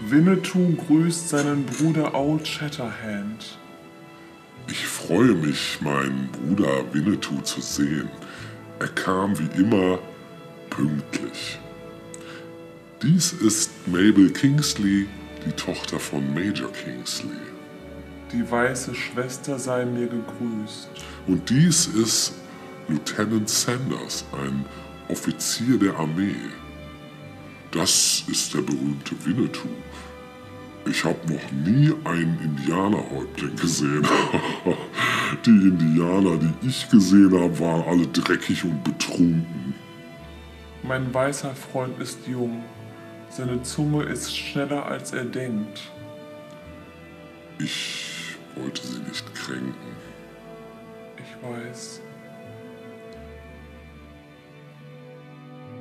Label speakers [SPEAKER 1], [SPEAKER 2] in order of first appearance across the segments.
[SPEAKER 1] Winnetou grüßt seinen Bruder Old Shatterhand.
[SPEAKER 2] Ich freue mich, meinen Bruder Winnetou zu sehen. Er kam wie immer pünktlich. Dies ist Mabel Kingsley, die Tochter von Major Kingsley.
[SPEAKER 1] Die weiße Schwester sei mir gegrüßt.
[SPEAKER 2] Und dies ist Lieutenant Sanders, ein Offizier der Armee. Das ist der berühmte Winnetou. Ich habe noch nie einen Indianerhäuptling gesehen. die Indianer, die ich gesehen habe, waren alle dreckig und betrunken.
[SPEAKER 1] Mein weißer Freund ist jung. Seine Zunge ist schneller als er denkt.
[SPEAKER 2] Ich wollte sie nicht kränken.
[SPEAKER 1] Ich weiß.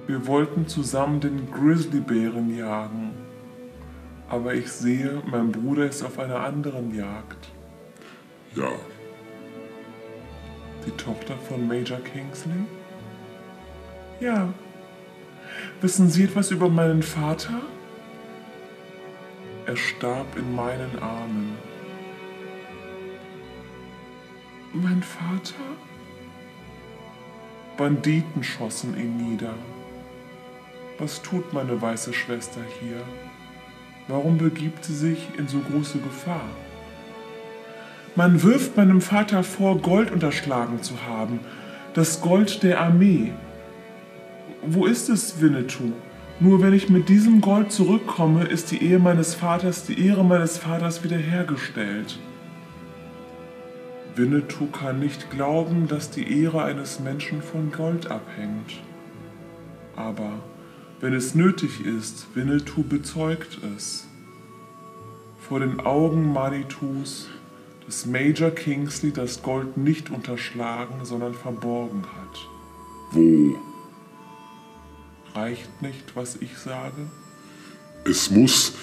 [SPEAKER 1] Wir wollten zusammen den Grizzlybären jagen. Aber ich sehe, mein Bruder ist auf einer anderen Jagd.
[SPEAKER 2] Ja,
[SPEAKER 1] Die Tochter von Major Kingsley? Ja. Wissen Sie etwas über meinen Vater? Er starb in meinen Armen. Mein Vater? Banditen schossen ihn nieder. Was tut meine weiße Schwester hier? Warum begibt sie sich in so große Gefahr? Man wirft meinem Vater vor, Gold unterschlagen zu haben. Das Gold der Armee. Wo ist es, Winnetou? Nur wenn ich mit diesem Gold zurückkomme, ist die Ehe meines Vaters, die Ehre meines Vaters wiederhergestellt. Winnetou kann nicht glauben, dass die Ehre eines Menschen von Gold abhängt. Aber wenn es nötig ist, Winnetou bezeugt es. Vor den Augen Manitus, dass Major Kingsley das Gold nicht unterschlagen, sondern verborgen hat.
[SPEAKER 2] wo?
[SPEAKER 1] Reicht nicht, was ich sage?
[SPEAKER 2] Es muss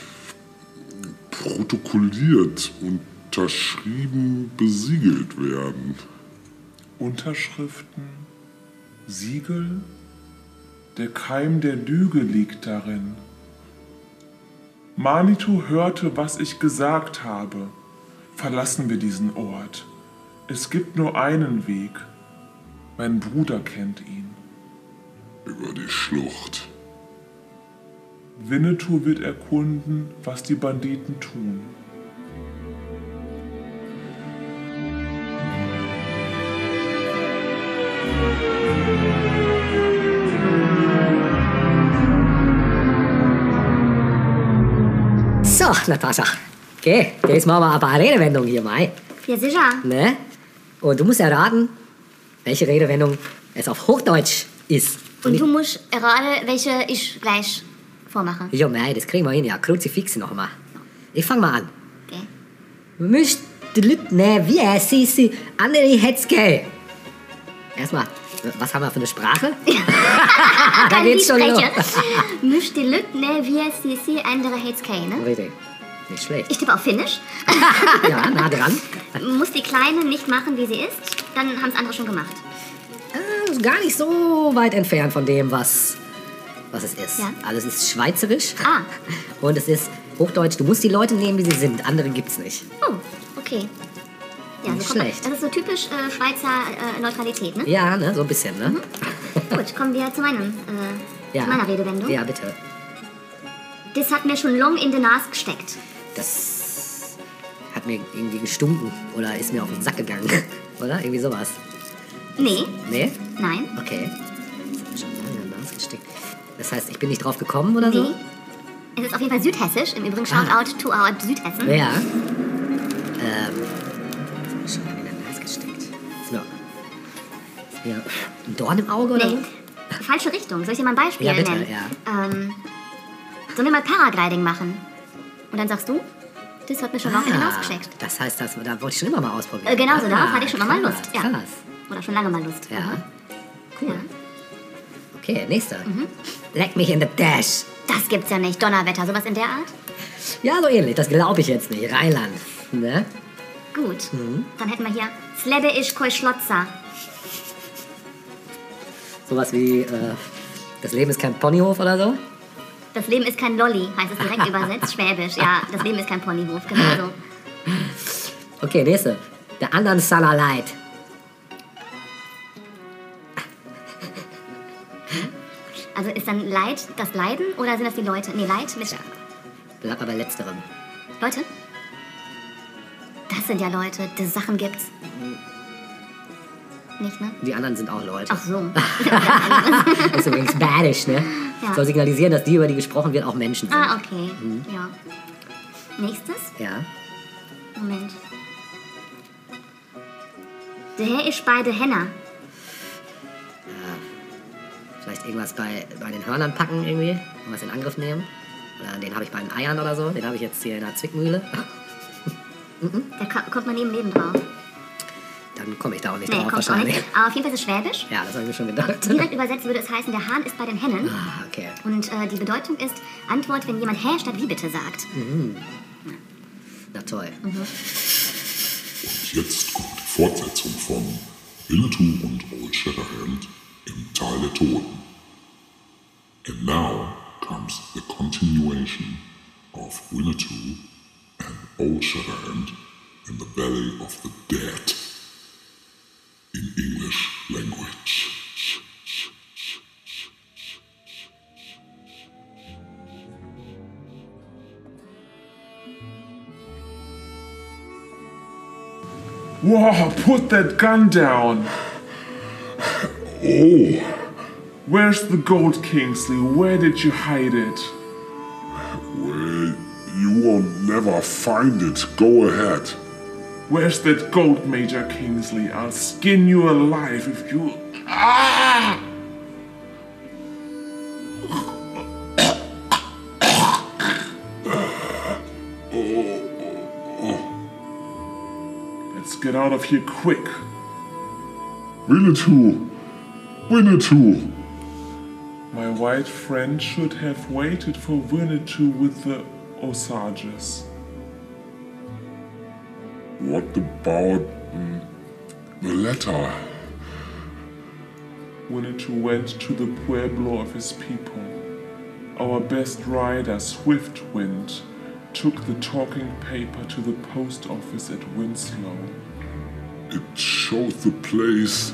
[SPEAKER 2] protokolliert, unterschrieben, besiegelt werden.
[SPEAKER 1] Unterschriften, Siegel? Der Keim der Lüge liegt darin. Manitou hörte, was ich gesagt habe. Verlassen wir diesen Ort. Es gibt nur einen Weg. Mein Bruder kennt ihn.
[SPEAKER 2] Über die Schlucht.
[SPEAKER 1] Winnetou wird erkunden, was die Banditen tun.
[SPEAKER 3] So, Natascha. Okay, jetzt machen wir aber eine Redewendung hier, Mai.
[SPEAKER 4] Ja, sicher.
[SPEAKER 3] Ne? Und du musst erraten, welche Redewendung es auf Hochdeutsch ist.
[SPEAKER 4] Und du musst erraten, welche ich gleich vormache.
[SPEAKER 3] Ja, Mai, das kriegen wir hin. Ja, Kruzifix nochmal. Ich fang mal an.
[SPEAKER 4] Okay.
[SPEAKER 3] Müsst die Leute nehmen, wie es ist, andere Hetzke. Erstmal, was haben wir für eine Sprache? Ah, da geht's schon los.
[SPEAKER 4] Misch die Lüt, ne, wir CC, andere hates keine.
[SPEAKER 3] Richtig. Nicht schlecht.
[SPEAKER 4] Ich tippe auf Finnisch.
[SPEAKER 3] Ja, nah dran.
[SPEAKER 4] Muss die Kleine nicht machen, wie sie ist, dann haben es andere schon gemacht.
[SPEAKER 3] Äh, ist gar nicht so weit entfernt von dem, was, was es ist.
[SPEAKER 4] Ja.
[SPEAKER 3] Also es ist schweizerisch
[SPEAKER 4] Ah.
[SPEAKER 3] und es ist hochdeutsch. Du musst die Leute nehmen, wie sie sind. Andere gibt's nicht.
[SPEAKER 4] Oh, okay. Ja,
[SPEAKER 3] Nicht
[SPEAKER 4] so kommt man-
[SPEAKER 3] schlecht.
[SPEAKER 4] Das ist so typisch äh, Schweizer äh, Neutralität, ne?
[SPEAKER 3] Ja, ne? So ein bisschen,
[SPEAKER 4] Mhm.
[SPEAKER 3] ne?
[SPEAKER 4] Gut, kommen wir zu meinem, äh,
[SPEAKER 3] Ja.
[SPEAKER 4] zu meiner Redewendung.
[SPEAKER 3] Ja, bitte.
[SPEAKER 4] Das hat mir schon long in den Nase gesteckt.
[SPEAKER 3] Das hat mir irgendwie gestunken oder ist mir auf den Sack gegangen. Oder? Irgendwie sowas.
[SPEAKER 4] Nee,
[SPEAKER 3] Nee?
[SPEAKER 4] nein,
[SPEAKER 3] Okay. Das hat mir schon lange in den Arsch gesteckt. Das heißt, ich bin nicht drauf gekommen oder so?
[SPEAKER 4] nee. Es ist auf jeden Fall südhessisch. Im Übrigen,
[SPEAKER 3] Ah.
[SPEAKER 4] Shoutout to our Südhessen.
[SPEAKER 3] Ja. Ähm. Schon mal wieder nass gesteckt. So. Ist mir ein Dorn im Auge oder?
[SPEAKER 4] Nee. Falsche Richtung. Soll ich dir mal ein Beispiel
[SPEAKER 3] Hm. Ja, bitte,
[SPEAKER 4] nennen?
[SPEAKER 3] ja.
[SPEAKER 4] Ähm, sollen wir mal Paragliding machen? Und dann sagst du, das hat mir schon lange in den Nase
[SPEAKER 3] Ah,
[SPEAKER 4] gesteckt.
[SPEAKER 3] das heißt, das, da wollte ich schon immer mal ausprobieren.
[SPEAKER 4] Äh, genau so,
[SPEAKER 3] Ah,
[SPEAKER 4] darauf hatte ich schon mal
[SPEAKER 3] krass,
[SPEAKER 4] Lust. Ja.
[SPEAKER 3] Krass.
[SPEAKER 4] Oder schon lange mal Lust.
[SPEAKER 3] Ja.
[SPEAKER 4] Mhm.
[SPEAKER 3] Cool.
[SPEAKER 4] Ja.
[SPEAKER 3] Okay, nächster.
[SPEAKER 4] Mhm.
[SPEAKER 3] Leck mich in the Dash.
[SPEAKER 4] Das gibt's ja nicht. Donnerwetter, sowas in der Art.
[SPEAKER 3] Ja, so ähnlich. Das glaube ich jetzt nicht. Rheinland. Ne?
[SPEAKER 4] Gut.
[SPEAKER 3] Mhm.
[SPEAKER 4] Dann hätten wir hier Slebe ich koi Schlotzer.
[SPEAKER 3] Sowas wie, äh, das Leben ist kein Ponyhof oder so.
[SPEAKER 4] Das Leben ist kein Lolli, heißt es direkt übersetzt, Schwäbisch. Ja, das Leben ist kein Ponyhof, genau so.
[SPEAKER 3] Okay, nächste. Der anderen Salah leid.
[SPEAKER 4] Also ist dann Leid das Leiden oder sind das die Leute? Nee, Leid mit
[SPEAKER 3] Bleib aber bei letzterem.
[SPEAKER 4] Leute? Das sind ja Leute, die Sachen gibt's. Nicht, ne?
[SPEAKER 3] Die anderen sind auch Leute.
[SPEAKER 4] Ach so.
[SPEAKER 3] Das ist übrigens badisch, ne?
[SPEAKER 4] Ja.
[SPEAKER 3] Soll signalisieren, dass die, über die gesprochen wird, auch Menschen sind.
[SPEAKER 4] Ah, okay. Ja. Nächstes?
[SPEAKER 3] Ja.
[SPEAKER 4] Moment. Der Herr ist beide Henna.
[SPEAKER 3] Vielleicht irgendwas bei, bei den Hörnern packen irgendwie. Irgendwas in Angriff nehmen. Oder den habe ich bei den Eiern oder so. Den habe ich jetzt hier in der Zwickmühle.
[SPEAKER 4] Da ko- kommt man eben Leben drauf.
[SPEAKER 3] Dann komme ich da auch nicht
[SPEAKER 4] Nee,
[SPEAKER 3] drauf
[SPEAKER 4] kommt auch
[SPEAKER 3] wahrscheinlich.
[SPEAKER 4] nicht. Aber auf jeden Fall ist es Schwäbisch.
[SPEAKER 3] Ja, das habe ich mir schon gedacht.
[SPEAKER 4] Direkt übersetzt würde es heißen, der Hahn ist bei den Hennen.
[SPEAKER 3] Ah, okay.
[SPEAKER 4] Und äh, die Bedeutung ist Antwort, wenn jemand Hä statt Wie bitte sagt.
[SPEAKER 3] Na toll.
[SPEAKER 2] Und jetzt kommt die Fortsetzung von Winnetou und Old Shatterhand im Tal der Toten. And now comes the continuation of Winnetou and Old Shatterhand in the Valley of the Dead in English language.
[SPEAKER 1] Whoa, put that gun down!
[SPEAKER 2] Oh,
[SPEAKER 1] Where's the gold, Kingsley? Where did you hide it?
[SPEAKER 2] well, you will never find it. Go ahead.
[SPEAKER 1] Where's that gold, Major Kingsley? I'll skin you alive if you. Ah! Let's get out of here quick.
[SPEAKER 2] Winnetou! Winnetou!
[SPEAKER 1] My white friend should have waited for Winnetou with the Osages.
[SPEAKER 2] What about mm, the letter?
[SPEAKER 1] Winnetou went to the pueblo of his people. Our best rider, Swiftwind, took the talking paper to the post office at Winslow.
[SPEAKER 2] It showed the place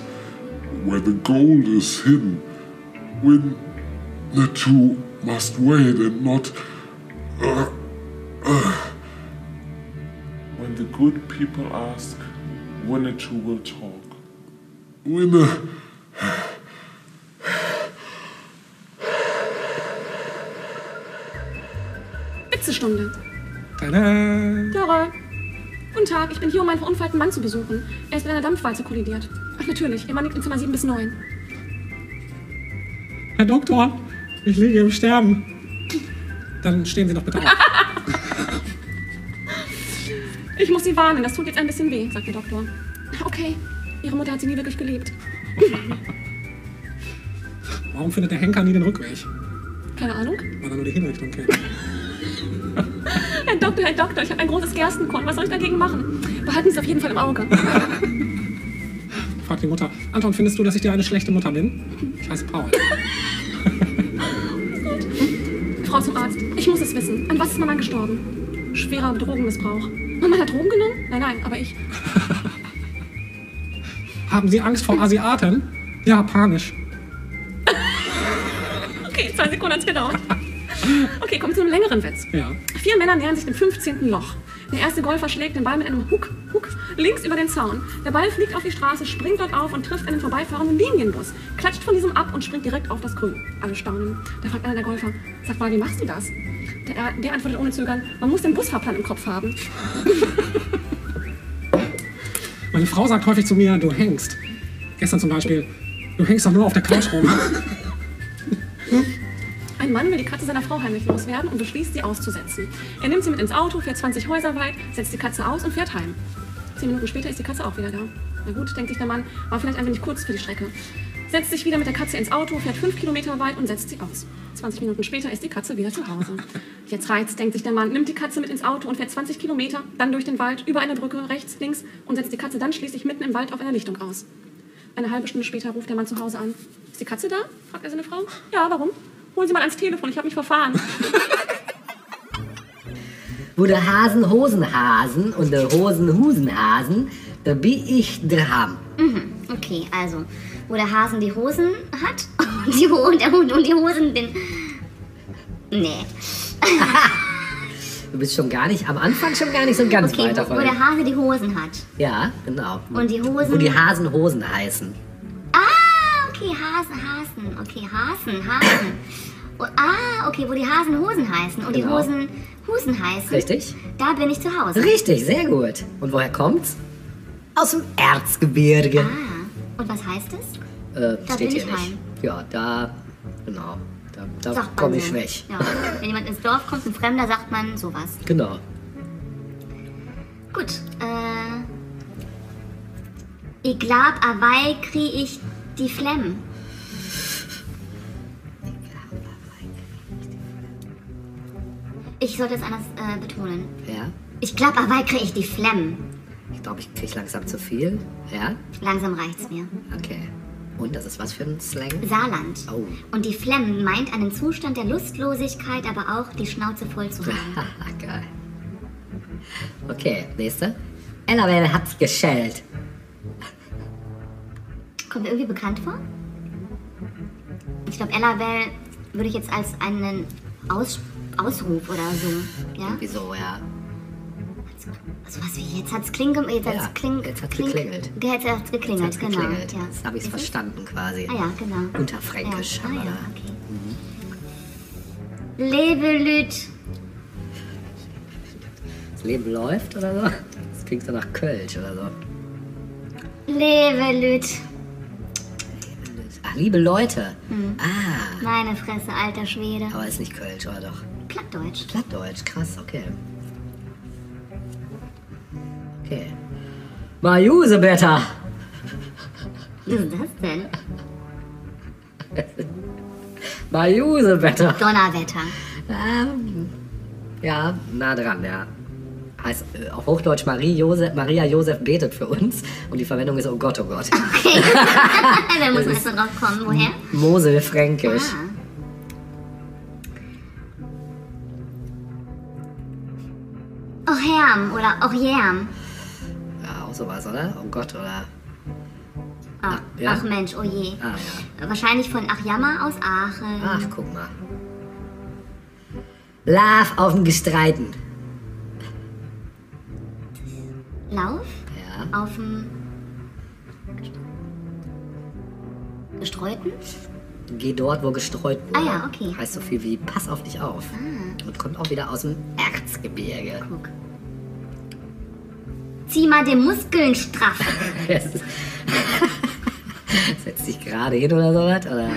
[SPEAKER 2] where the gold is hidden. Winnetou must wait and not. Uh,
[SPEAKER 1] When the good people ask, Winnetou will talk.
[SPEAKER 2] Winne.
[SPEAKER 5] Witzestunde.
[SPEAKER 1] Tada!
[SPEAKER 5] Dora. Guten Tag, ich bin hier, um meinen verunfallten Mann zu besuchen. Er ist mit einer Dampfwalze kollidiert. Ach, natürlich, ihr Mann liegt in Zimmer 7 bis 9.
[SPEAKER 6] Herr Doktor, ich liege im Sterben. Dann stehen Sie noch bitte auf.
[SPEAKER 5] Ich muss Sie warnen, das tut jetzt ein bisschen weh, sagt der Doktor. Ah, Okay, Ihre Mutter hat Sie nie wirklich geliebt.
[SPEAKER 6] Warum findet der Henker nie den Rückweg?
[SPEAKER 5] Keine Ahnung.
[SPEAKER 6] Weil er nur die Hinrichtung kennt.
[SPEAKER 5] Herr Doktor, Herr Doktor, ich habe ein großes Gerstenkorn. Was soll ich dagegen machen? Behalten Sie es auf jeden Fall im Auge.
[SPEAKER 6] Fragt die Mutter, Anton, findest du, dass ich dir eine schlechte Mutter bin? Ich heiße Paul.
[SPEAKER 5] Frau zum Arzt, ich muss es wissen. An was ist Mama gestorben? Schwerer Drogenmissbrauch. Mama hat Drogen genommen? Nein, nein, aber ich.
[SPEAKER 6] Haben Sie Angst vor Asiaten? Ja, panisch.
[SPEAKER 5] Okay, zwei Sekunden hat's gedauert. Okay, kommen wir zu einem längeren Witz.
[SPEAKER 6] Ja.
[SPEAKER 5] Vier Männer nähern sich dem 15. Loch. Der erste Golfer schlägt den Ball mit einem Hook, Hook links über den Zaun. Der Ball fliegt auf die Straße, springt dort auf und trifft einen vorbeifahrenden Linienbus. Klatscht von diesem ab und springt direkt auf das Grün. Alle staunen. Da fragt einer der Golfer, sag mal, wie machst du das? Der, der antwortet ohne Zögern, man muss den Busfahrplan im Kopf haben.
[SPEAKER 6] Meine Frau sagt häufig zu mir, du hängst. Gestern zum Beispiel, du hängst doch nur auf der Couch rum.
[SPEAKER 5] Ein Mann will die Katze seiner Frau heimlich loswerden und beschließt, sie auszusetzen. Er nimmt sie mit ins Auto, fährt 20 Häuser weit, setzt die Katze aus und fährt heim. Zehn Minuten später ist die Katze auch wieder da. Na gut, denkt sich der Mann, war vielleicht ein wenig kurz für die Strecke. Setzt sich wieder mit der Katze ins Auto, fährt fünf Kilometer weit und setzt sie aus. 20 Minuten später ist die Katze wieder zu Hause. Jetzt reizt, denkt sich der Mann, nimmt die Katze mit ins Auto und fährt 20 Kilometer, dann durch den Wald, über eine Brücke, rechts, links und setzt die Katze dann schließlich mitten im Wald auf einer Lichtung aus. Eine halbe Stunde später ruft der Mann zu Hause an. Ist die Katze da? fragt er seine Frau. Ja, warum? Holen Sie mal ans Telefon, ich habe mich verfahren.
[SPEAKER 3] Wo der Hasen Hosenhasen und der Hosen Husenhasen, da bin ich der Ham.
[SPEAKER 4] Okay, also, wo der Hasen die Hosen hat und, die Ho und der Hund und die Hosen den. Nee.
[SPEAKER 3] Du bist schon gar nicht, am Anfang schon gar nicht so ganz
[SPEAKER 4] Okay,
[SPEAKER 3] weit
[SPEAKER 4] wo, wo
[SPEAKER 3] davon.
[SPEAKER 4] der Hase die Hosen hat.
[SPEAKER 3] Ja, genau.
[SPEAKER 4] Und die Hosen- Hm?
[SPEAKER 3] Wo die Hasen Hosen heißen.
[SPEAKER 4] Ah, okay, Hasen, Hasen. Okay, Hasen, Hasen. Und, ah, okay, wo die Hasen Hosen heißen und
[SPEAKER 3] Genau.
[SPEAKER 4] die Hosen Husen heißen.
[SPEAKER 3] Richtig.
[SPEAKER 4] Da bin ich zu Hause.
[SPEAKER 3] Richtig, sehr gut. Und woher kommt's? Aus dem Erzgebirge.
[SPEAKER 4] Ah, und was heißt es?
[SPEAKER 3] äh,
[SPEAKER 4] Ah, da
[SPEAKER 3] steht
[SPEAKER 4] bin
[SPEAKER 3] hier
[SPEAKER 4] ich
[SPEAKER 3] nicht.
[SPEAKER 4] rein.
[SPEAKER 3] Ja, da, genau. Da, da
[SPEAKER 4] Sagt man
[SPEAKER 3] komme ich
[SPEAKER 4] so.
[SPEAKER 3] weg.
[SPEAKER 4] Ja, wenn jemand ins Dorf kommt, ein Fremder, sagt man sowas.
[SPEAKER 3] Genau.
[SPEAKER 4] Gut, äh. Ich glaub, awei krieg ich die Flemm. Ich sollte es anders äh, betonen.
[SPEAKER 3] Ja.
[SPEAKER 4] Ich glaub, awei krieg ich die Flemm.
[SPEAKER 3] Ich glaube, ich kriege langsam zu viel. Ja?
[SPEAKER 4] Langsam reicht's mir.
[SPEAKER 3] Okay. Und das ist was für ein Slang?
[SPEAKER 4] Saarland.
[SPEAKER 3] Oh.
[SPEAKER 4] Und die Flemm meint einen Zustand der Lustlosigkeit, aber auch die Schnauze voll zu haben.
[SPEAKER 3] Haha, geil. Okay, nächste. Ellabelle hat's geschellt.
[SPEAKER 4] Kommt mir irgendwie bekannt vor? Ich glaube, Ellabel würde ich jetzt als einen Aus Ausruf oder so. Ja?
[SPEAKER 3] Wieso, ja?
[SPEAKER 4] Sowas wie jetzt hat's Kling gem- jetzt hat's
[SPEAKER 3] Ja,
[SPEAKER 4] Kling
[SPEAKER 3] jetzt hat's
[SPEAKER 4] Kling-
[SPEAKER 3] geklingelt.
[SPEAKER 4] Ge- Jetzt hat's geklingelt,
[SPEAKER 3] Hat's
[SPEAKER 4] genau.
[SPEAKER 3] geklingelt.
[SPEAKER 4] Ja.
[SPEAKER 3] Das habe ich
[SPEAKER 4] Ist es?
[SPEAKER 3] verstanden quasi.
[SPEAKER 4] Ah ja, genau.
[SPEAKER 3] Unterfränkisch,
[SPEAKER 4] Ja. Ah,
[SPEAKER 3] aber Mhm.
[SPEAKER 4] ja,
[SPEAKER 3] da-
[SPEAKER 4] okay. Levelüt.
[SPEAKER 3] Das Leben läuft oder so? Das klingt so nach Kölsch oder so.
[SPEAKER 4] Levelüt.
[SPEAKER 3] Ach, liebe Leute. Ah,
[SPEAKER 4] Meine Fresse, alter Schwede.
[SPEAKER 3] aber ist nicht Kölsch, oder doch?
[SPEAKER 4] Plattdeutsch.
[SPEAKER 3] Plattdeutsch, krass, okay. Okay. Majuse Better.
[SPEAKER 4] Was ist das denn?
[SPEAKER 3] Majuse Better.
[SPEAKER 4] Donnerwetter.
[SPEAKER 3] Ähm, ja, nah dran, ja. Heißt äh, auf Hochdeutsch Marie Josef, Maria Josef betet für uns und die Verwendung ist Oh Gott, oh Gott.
[SPEAKER 4] da muss man erst mal drauf kommen, woher?
[SPEAKER 3] Moselfränkisch.
[SPEAKER 4] Ah. Ochem Oh, oder Ochem.
[SPEAKER 3] Ja, auch sowas, oder? Oh Gott, oder?
[SPEAKER 4] Ach,
[SPEAKER 3] ja.
[SPEAKER 4] ach Mensch, oh je.
[SPEAKER 3] Ah, ja. Ah.
[SPEAKER 4] Wahrscheinlich von Achjammer aus Aachen.
[SPEAKER 3] Ach, guck mal. Love auf dem Gestreiten.
[SPEAKER 4] Lauf
[SPEAKER 3] Ja,
[SPEAKER 4] auf dem gestreuten.
[SPEAKER 3] geh dort, wo gestreut wurde.
[SPEAKER 4] Ah ja, okay. Ah.
[SPEAKER 3] Heißt so viel wie pass auf dich auf. Und kommt auch wieder aus dem Erzgebirge.
[SPEAKER 4] Guck. Zieh mal den Muskeln straff.
[SPEAKER 3] Setz dich gerade hin oder sowas? Oder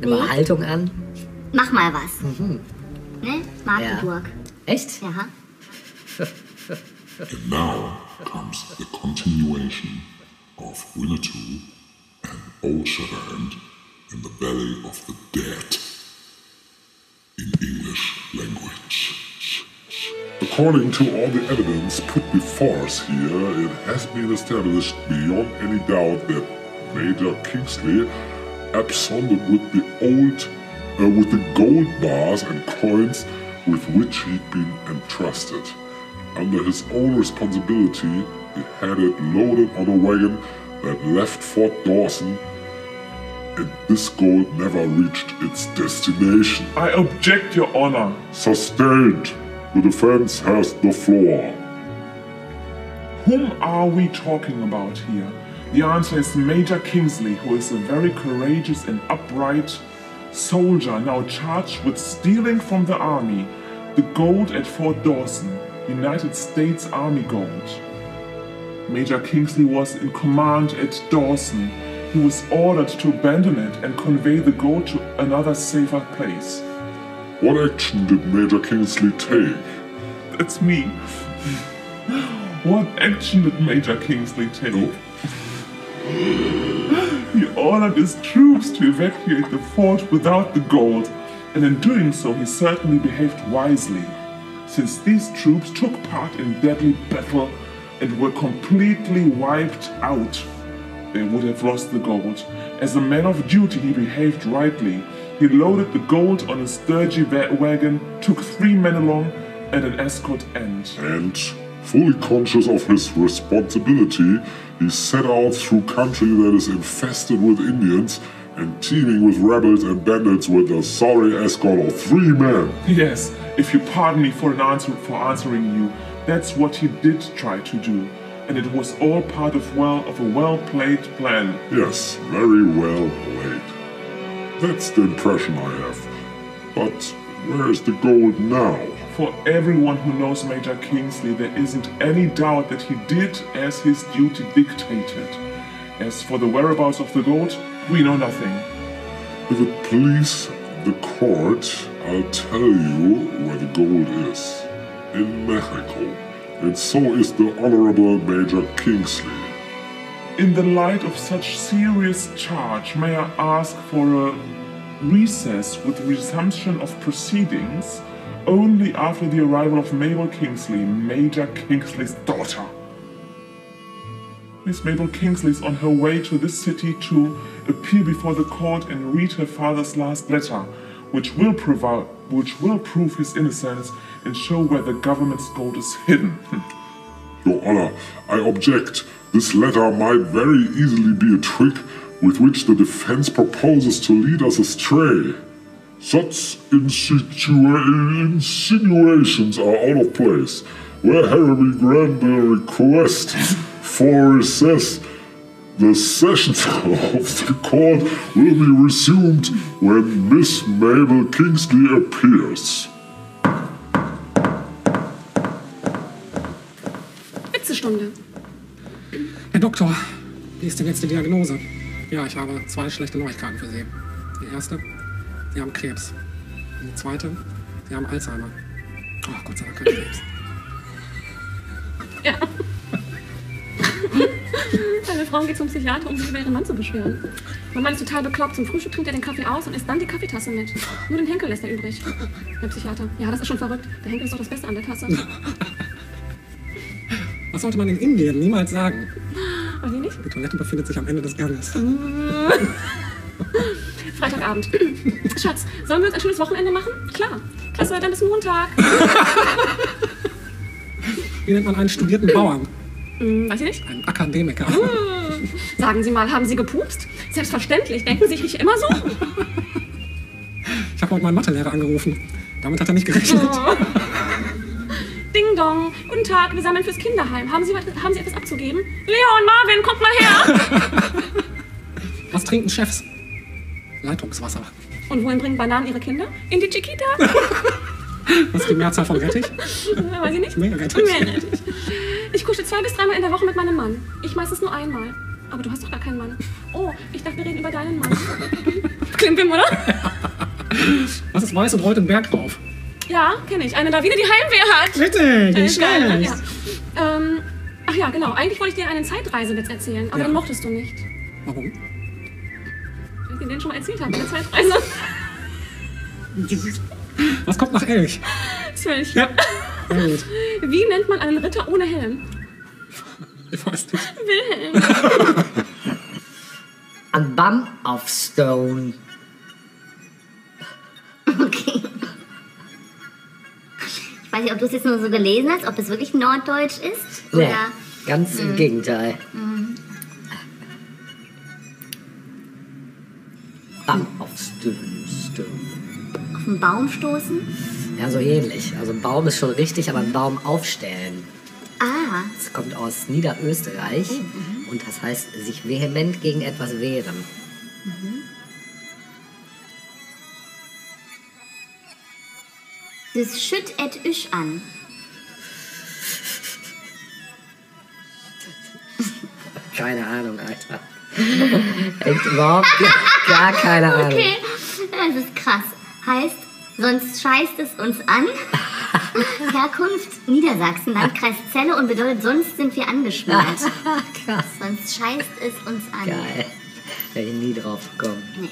[SPEAKER 3] nimm mal
[SPEAKER 4] Nee.
[SPEAKER 3] Haltung an.
[SPEAKER 4] Mach mal was.
[SPEAKER 3] Mhm.
[SPEAKER 4] Ne? Magdeburg.
[SPEAKER 3] Echt?
[SPEAKER 4] Ja.
[SPEAKER 2] And now comes the continuation of Winnetou and Old Shatterhand in the belly of the dead in English language. According to all the evidence put before us here, it has been established beyond any doubt that Major Kingsley absconded with the old, uh, with the gold bars and coins with which he'd been entrusted. Under his own responsibility, he had it loaded on a wagon that left Fort Dawson, and this gold never reached its destination.
[SPEAKER 1] I object, Your Honor.
[SPEAKER 2] Sustained. The defense has the floor.
[SPEAKER 1] Whom are we talking about here? The answer is Major Kingsley, who is a very courageous and upright soldier now charged with stealing from the army the gold at Fort Dawson, United States Army gold. Major Kingsley was in command at Dawson. He was ordered to abandon it and convey the gold to another safer place.
[SPEAKER 2] What action did Major Kingsley take?
[SPEAKER 1] That's me. What action did Major Kingsley take? He ordered his troops to evacuate the fort without the gold, and in doing so, he certainly behaved wisely, since these troops took part in deadly battle and were completely wiped out. They would have lost the gold. As a man of duty, he behaved rightly. he loaded the gold on a sturgy wa- wagon, took three men along, and an escort end.
[SPEAKER 2] and fully conscious of his responsibility, he set out through country that is infested with Indians and teeming with rebels and bandits with a sorry escort of three men.
[SPEAKER 1] Yes, if you pardon me for an answer for answering you, that's what he did try to do, and it was all part of well of a well-played plan.
[SPEAKER 2] Yes, very well played. That's the impression I have. But where is the gold now?
[SPEAKER 1] For everyone who knows Major Kingsley, there isn't any doubt that he did as his duty dictated. As for the whereabouts of the gold, we know nothing.
[SPEAKER 2] If it please the court, I'll tell you where the gold is. In Mexico. And so is the Honorable Major Kingsley.
[SPEAKER 1] In the light of such serious charge, may I ask for a recess with resumption of proceedings only after the arrival of Mabel Kingsley, Major Kingsley's daughter? Miss Mabel Kingsley is on her way to this city to appear before the court and read her father's last letter, which will, provi- which will prove his innocence and show where the government's gold is hidden.
[SPEAKER 2] Your Honor, I object. This letter might very easily be a trick with which the defense proposes to lead us astray. Such insitua- insinuations are out of place. Where Harry Grant a request for recess, the sessions of the court will be resumed when Miss Mabel Kingsley appears.
[SPEAKER 5] Witzestunde.
[SPEAKER 6] Herr Doktor, wie ist denn jetzt die Diagnose? Ja, ich habe zwei schlechte Neuigkeiten für Sie. Die erste, Sie haben Krebs. Und die zweite, Sie haben Alzheimer. Oh, Gott sei Dank kein Krebs.
[SPEAKER 5] Meine Frau geht zum Psychiater, um sich über ihren Mann zu beschweren. Mein Mann ist total bekloppt. Zum Frühstück trinkt er den Kaffee aus und isst dann die Kaffeetasse mit. Nur den Henkel lässt er übrig. Der Psychiater. Ja, das ist schon verrückt. Der Henkel ist doch das Beste an der Tasse.
[SPEAKER 6] Was sollte man in Indien niemals sagen?
[SPEAKER 5] Aber hier nicht.
[SPEAKER 6] Die Toilette befindet sich am Ende des Ganges.
[SPEAKER 5] Freitagabend. Schatz, sollen wir uns ein schönes Wochenende machen? Klar. Klasse, dann bis Montag.
[SPEAKER 6] Wie nennt man einen studierten Bauern?
[SPEAKER 5] Hm, weiß ich nicht.
[SPEAKER 6] Einen Akademiker.
[SPEAKER 5] Sagen Sie mal, haben Sie gepupst? Selbstverständlich. Denken Sie, ich rieche immer so?
[SPEAKER 6] Ich habe heute meinen Mathelehrer angerufen. Damit hat er nicht gerechnet.
[SPEAKER 5] Ding dong. Guten Tag, wir sammeln fürs Kinderheim. Haben Sie, was, haben Sie etwas abzugeben? Leon, Marvin, kommt mal her.
[SPEAKER 6] Was trinken Chefs? Leitungswasser.
[SPEAKER 5] Und wohin bringen Bananen ihre Kinder? In die Chiquita?
[SPEAKER 6] Was ist die Mehrzahl von Rettich?
[SPEAKER 5] Weiß ich nicht.
[SPEAKER 6] Meerrettich.
[SPEAKER 5] Meerrettich. Ich kuschel zwei bis dreimal in der Woche mit meinem Mann. Ich meistens nur einmal. Aber du hast doch gar keinen Mann. Oh, ich dachte, wir reden über deinen Mann. Klimpim, oder?
[SPEAKER 6] Was ist weiß und rollt den Berg rauf?
[SPEAKER 5] Ja, kenne ich. Eine Lawine, die Heimweh hat.
[SPEAKER 6] Richtig,
[SPEAKER 5] Äh, geil, ja. Ähm, ach ja, genau. Eigentlich wollte ich dir einen Zeitreisewitz erzählen, aber
[SPEAKER 6] Ja.
[SPEAKER 5] den mochtest du nicht.
[SPEAKER 6] Warum?
[SPEAKER 5] Weil ich dir den schon mal erzählt habe, eine Zeitreise.
[SPEAKER 6] Was kommt nach Elch?
[SPEAKER 5] Zwölf.
[SPEAKER 6] Ja. Sehr gut.
[SPEAKER 5] Wie nennt man einen Ritter ohne Helm?
[SPEAKER 6] Ich weiß nicht.
[SPEAKER 5] Wilhelm.
[SPEAKER 3] An Bam auf Stone.
[SPEAKER 4] Okay. Ich weiß nicht, ob du es jetzt nur so gelesen hast, ob es wirklich Norddeutsch ist.
[SPEAKER 3] Nee,
[SPEAKER 4] Oder
[SPEAKER 3] ganz
[SPEAKER 4] Mhm.
[SPEAKER 3] im Gegenteil. Bam auf Stone. Stone.
[SPEAKER 4] auf den Baum stoßen.
[SPEAKER 3] Ja, so ähnlich. Also ein Baum ist schon richtig, aber ein Baum aufstellen.
[SPEAKER 4] Ah,
[SPEAKER 3] Das kommt aus Niederösterreich
[SPEAKER 4] Oh, mhm.
[SPEAKER 3] und das heißt sich vehement gegen etwas wehren.
[SPEAKER 4] das schütt et üsch an.
[SPEAKER 3] Keine Ahnung, Alter. Echt überhaupt gar- gar keine Ahnung.
[SPEAKER 4] Okay, das ist krass. Heißt, sonst scheißt es uns an. Herkunft Niedersachsen, Landkreis Celle und bedeutet, sonst sind wir angeschmiert.
[SPEAKER 3] Krass.
[SPEAKER 4] sonst scheißt es uns an.
[SPEAKER 3] Geil. Wäre ich nie drauf gekommen.
[SPEAKER 4] Nee.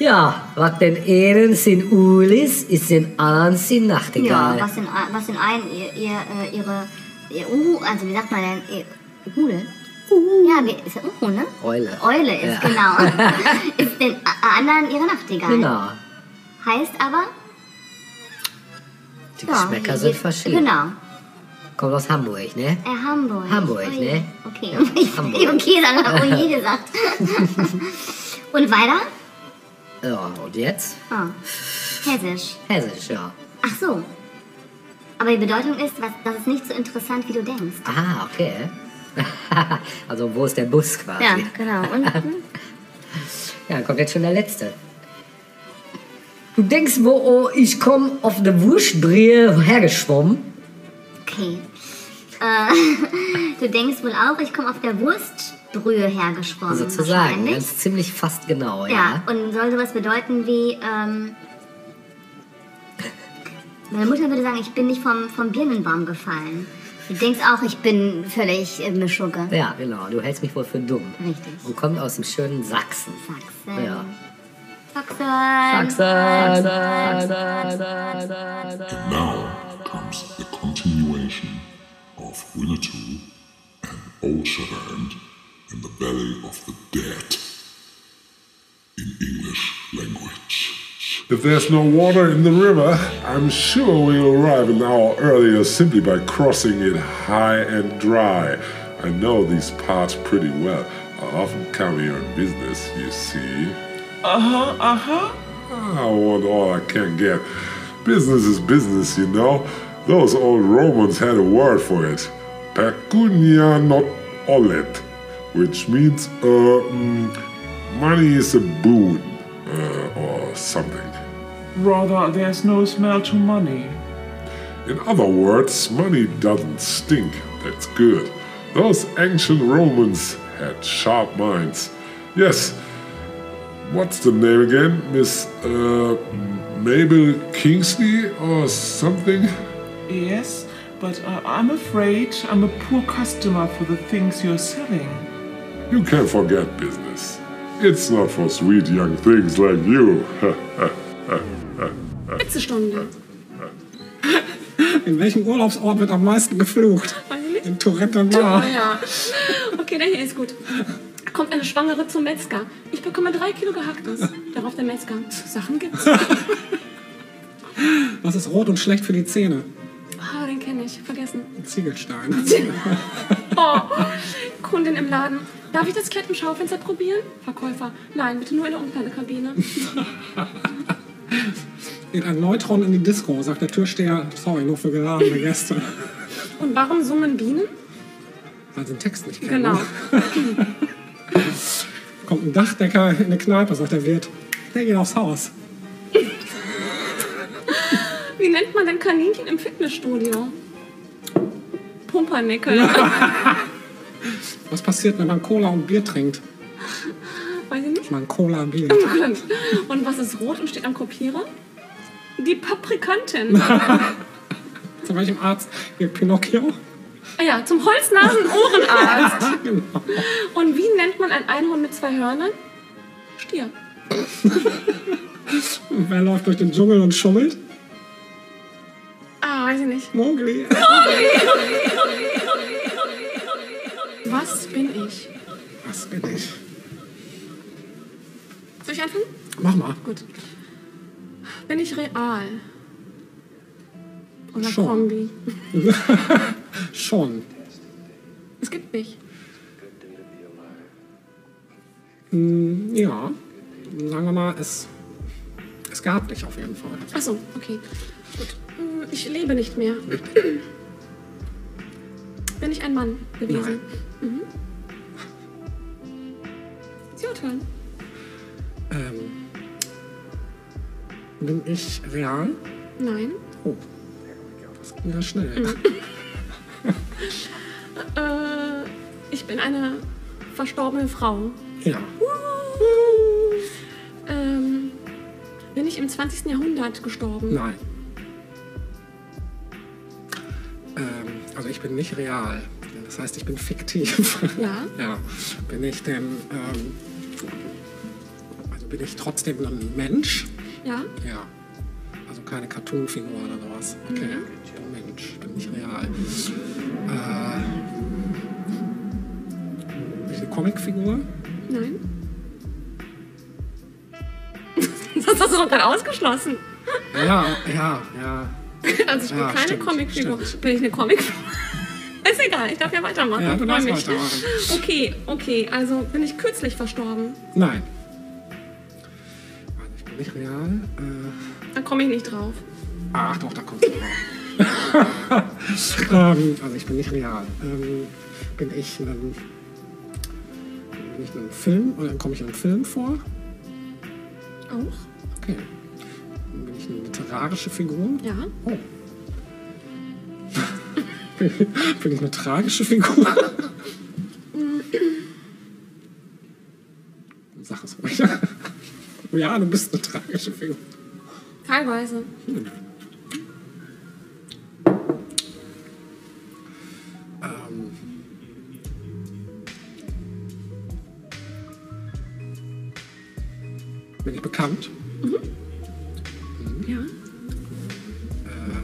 [SPEAKER 3] Ja, was den Ehren sind Ulis, ist den anderen sind
[SPEAKER 4] Ja,
[SPEAKER 3] Nachtigall.
[SPEAKER 4] was in, was in allen ihr, ihr, äh, ihre, ihr Uhu, also wie sagt man denn, ihr Rudel, Ja, wir, ist ja Uhu, ne?
[SPEAKER 3] Eule.
[SPEAKER 4] Eule ist,
[SPEAKER 3] Ja.
[SPEAKER 4] genau. ist den a- anderen ihre Nachtigall.
[SPEAKER 3] Genau.
[SPEAKER 4] Heißt aber,
[SPEAKER 3] Die
[SPEAKER 4] ja.
[SPEAKER 3] Geschmäcker
[SPEAKER 4] wir-
[SPEAKER 3] sind verschieden.
[SPEAKER 4] Genau.
[SPEAKER 3] Kommt aus Hamburg, ne?
[SPEAKER 4] Äh, Hamburg.
[SPEAKER 3] Hamburg,
[SPEAKER 4] Oje.
[SPEAKER 3] ne?
[SPEAKER 4] Okay.
[SPEAKER 3] Ja,
[SPEAKER 4] ich
[SPEAKER 3] Hamburg.
[SPEAKER 4] Hamburg. okay sagen, habe oje gesagt. Und weiter?
[SPEAKER 3] Ja, und jetzt?
[SPEAKER 4] Ah, Hessisch.
[SPEAKER 3] Hessisch, ja.
[SPEAKER 4] Ach so. Aber die Bedeutung ist, was, das ist nicht so interessant, wie du denkst.
[SPEAKER 3] Ah, okay. also, wo ist der Bus quasi?
[SPEAKER 4] Ja, genau. Und, hm?
[SPEAKER 3] Ja, dann kommt jetzt schon der letzte. Du denkst, wo oh, ich komme auf eine Wurstbrille hergeschwommen?
[SPEAKER 4] okay. Äh, du denkst wohl auch, ich komme auf der Wurstbrühe hergeschwommen.
[SPEAKER 3] Sozusagen.
[SPEAKER 4] wahrscheinlich.
[SPEAKER 3] Das ist ziemlich fast genau,
[SPEAKER 4] Ja,
[SPEAKER 3] ja.
[SPEAKER 4] und soll sowas bedeuten wie, ähm, meine Mutter würde sagen, ich bin nicht vom, vom Birnenbaum gefallen. Du denkst auch, ich bin völlig äh, Mischugge.
[SPEAKER 3] Ja, genau. Du hältst mich wohl für dumm.
[SPEAKER 4] Richtig.
[SPEAKER 3] Und kommst aus dem schönen Sachsen.
[SPEAKER 4] Sachsen.
[SPEAKER 3] Ja.
[SPEAKER 4] Sachsen.
[SPEAKER 3] Sachsen.
[SPEAKER 7] And now comes the continuation of Winnetou and Old Shatterhand in the Belly of the Dead in English language.
[SPEAKER 2] If there's no water in the river, I'm sure we'll arrive an hour earlier simply by crossing it high and dry. I know these parts pretty well. I often come here on business, you see. I want Ah, all I can get. Business is business, you know. Those old Romans had a word for it. Pecunia not olet, which means uh, mm, money is a boon uh, or something.
[SPEAKER 1] Rather, there's no smell to money.
[SPEAKER 2] In other words, money doesn't stink. That's good. Those ancient Romans had sharp minds. Yes. What's the name again? Miss uh, Mabel Kingsley or something?
[SPEAKER 1] Yes, but uh, I'm afraid I'm a poor customer for the things you're selling.
[SPEAKER 2] You can forget business. It's not for sweet young things like you.
[SPEAKER 5] Witzestunde.
[SPEAKER 6] In welchem Urlaubsort wird am meisten geflucht? In Tourette und Mar.
[SPEAKER 5] Oh Ja. Okay, der hier ist gut. Kommt eine Schwangere zum Metzger. Ich bekomme drei Kilo gehacktes. Darauf der Metzger. Sachen gibt's.
[SPEAKER 6] Was ist rot und schlecht für die Zähne?
[SPEAKER 5] Ah, den kenne ich. Vergessen.
[SPEAKER 6] Ein Ziegelstein.
[SPEAKER 5] Oh. Kundin im Laden. Darf ich das Klett im Schaufenster probieren? Verkäufer. Nein, bitte nur in der Umkleidekabine.
[SPEAKER 6] Geht ein Neutron in die Disco, sagt der Türsteher. Sorry, nur für geladene Gäste.
[SPEAKER 5] Und warum summen Bienen?
[SPEAKER 6] Weil sie den Text nicht kennen. ne?
[SPEAKER 5] Genau.
[SPEAKER 6] Kommt ein Dachdecker in eine Kneipe, sagt der Wirt. Der geht aufs Haus.
[SPEAKER 5] Wie nennt man denn Kaninchen im Fitnessstudio? Pumpernickel.
[SPEAKER 6] Was passiert, wenn man Cola und Bier trinkt?
[SPEAKER 5] Weiß ich nicht.
[SPEAKER 6] Man Cola und Bier.
[SPEAKER 5] Gut. Und was ist rot und steht am Kopierer? Die Paprikantin.
[SPEAKER 6] Zu welchem Arzt geht Pinocchio?
[SPEAKER 5] Ah ja, zum Holznasen-Ohrenarzt.
[SPEAKER 6] Genau.
[SPEAKER 5] Und wie nennt man ein Einhorn mit zwei Hörnern? Stier.
[SPEAKER 6] Und wer läuft durch den Dschungel und schummelt?
[SPEAKER 5] Ah, weiß ich nicht.
[SPEAKER 6] Mowgli.
[SPEAKER 5] Was bin ich?
[SPEAKER 6] Was bin ich?
[SPEAKER 5] Soll ich anfangen?
[SPEAKER 6] Mach mal.
[SPEAKER 5] Gut. Bin ich real? Oder
[SPEAKER 6] Schon.
[SPEAKER 5] Kombi?
[SPEAKER 6] Schon.
[SPEAKER 5] Es gibt mich.
[SPEAKER 6] Ja. Sagen wir mal, es, es gab dich auf jeden Fall.
[SPEAKER 5] Ach so, okay. Gut. Hm, Ich lebe nicht mehr. Bin ich ein Mann gewesen? Mhm. It's your turn.
[SPEAKER 6] Ähm, bin ich real?
[SPEAKER 5] Nein.
[SPEAKER 6] Oh. Das ging ja schnell.
[SPEAKER 5] Äh, ich bin eine verstorbene Frau.
[SPEAKER 6] Ja.
[SPEAKER 5] Ähm, bin ich im 20. Jahrhundert gestorben?
[SPEAKER 6] Nein. Ähm, also ich bin nicht real. Das heißt, ich bin fiktiv.
[SPEAKER 5] Ja.
[SPEAKER 6] ja. Bin ich denn. Ähm, also bin ich trotzdem ein Mensch?
[SPEAKER 5] Ja.
[SPEAKER 6] Ja. Also keine Cartoon-Figur oder sowas. Okay. Mensch, bin nicht real. Äh, Comicfigur?
[SPEAKER 5] Nein. Das hast du doch gerade ausgeschlossen.
[SPEAKER 6] Ja, ja, ja.
[SPEAKER 5] Also ich bin
[SPEAKER 6] Ja,
[SPEAKER 5] keine
[SPEAKER 6] stimmt,
[SPEAKER 5] Comicfigur. Bin ich eine Comicfigur? Ist egal, ich darf ja weitermachen.
[SPEAKER 6] Ja,
[SPEAKER 5] ich
[SPEAKER 6] du
[SPEAKER 5] freu
[SPEAKER 6] darfst
[SPEAKER 5] mich.
[SPEAKER 6] weitermachen.
[SPEAKER 5] Okay, okay, also bin ich kürzlich verstorben.
[SPEAKER 6] Nein. Warte, ich bin nicht real. Äh,
[SPEAKER 5] Da komme ich nicht drauf.
[SPEAKER 6] ach doch, da kommst du drauf. ähm, also ich bin nicht real. Ähm, bin ich in einem, bin ich in einem Film oder komme ich in einem Film vor?
[SPEAKER 5] Auch?
[SPEAKER 6] Okay. Dann bin ich eine literarische Figur.
[SPEAKER 5] Ja.
[SPEAKER 6] Oh. bin ich eine tragische Figur? Sag es ruhig. Ja, du bist eine tragische Figur.
[SPEAKER 5] Teilweise.
[SPEAKER 6] Bin ich bekannt?
[SPEAKER 5] Mhm. Ja.
[SPEAKER 6] Äh,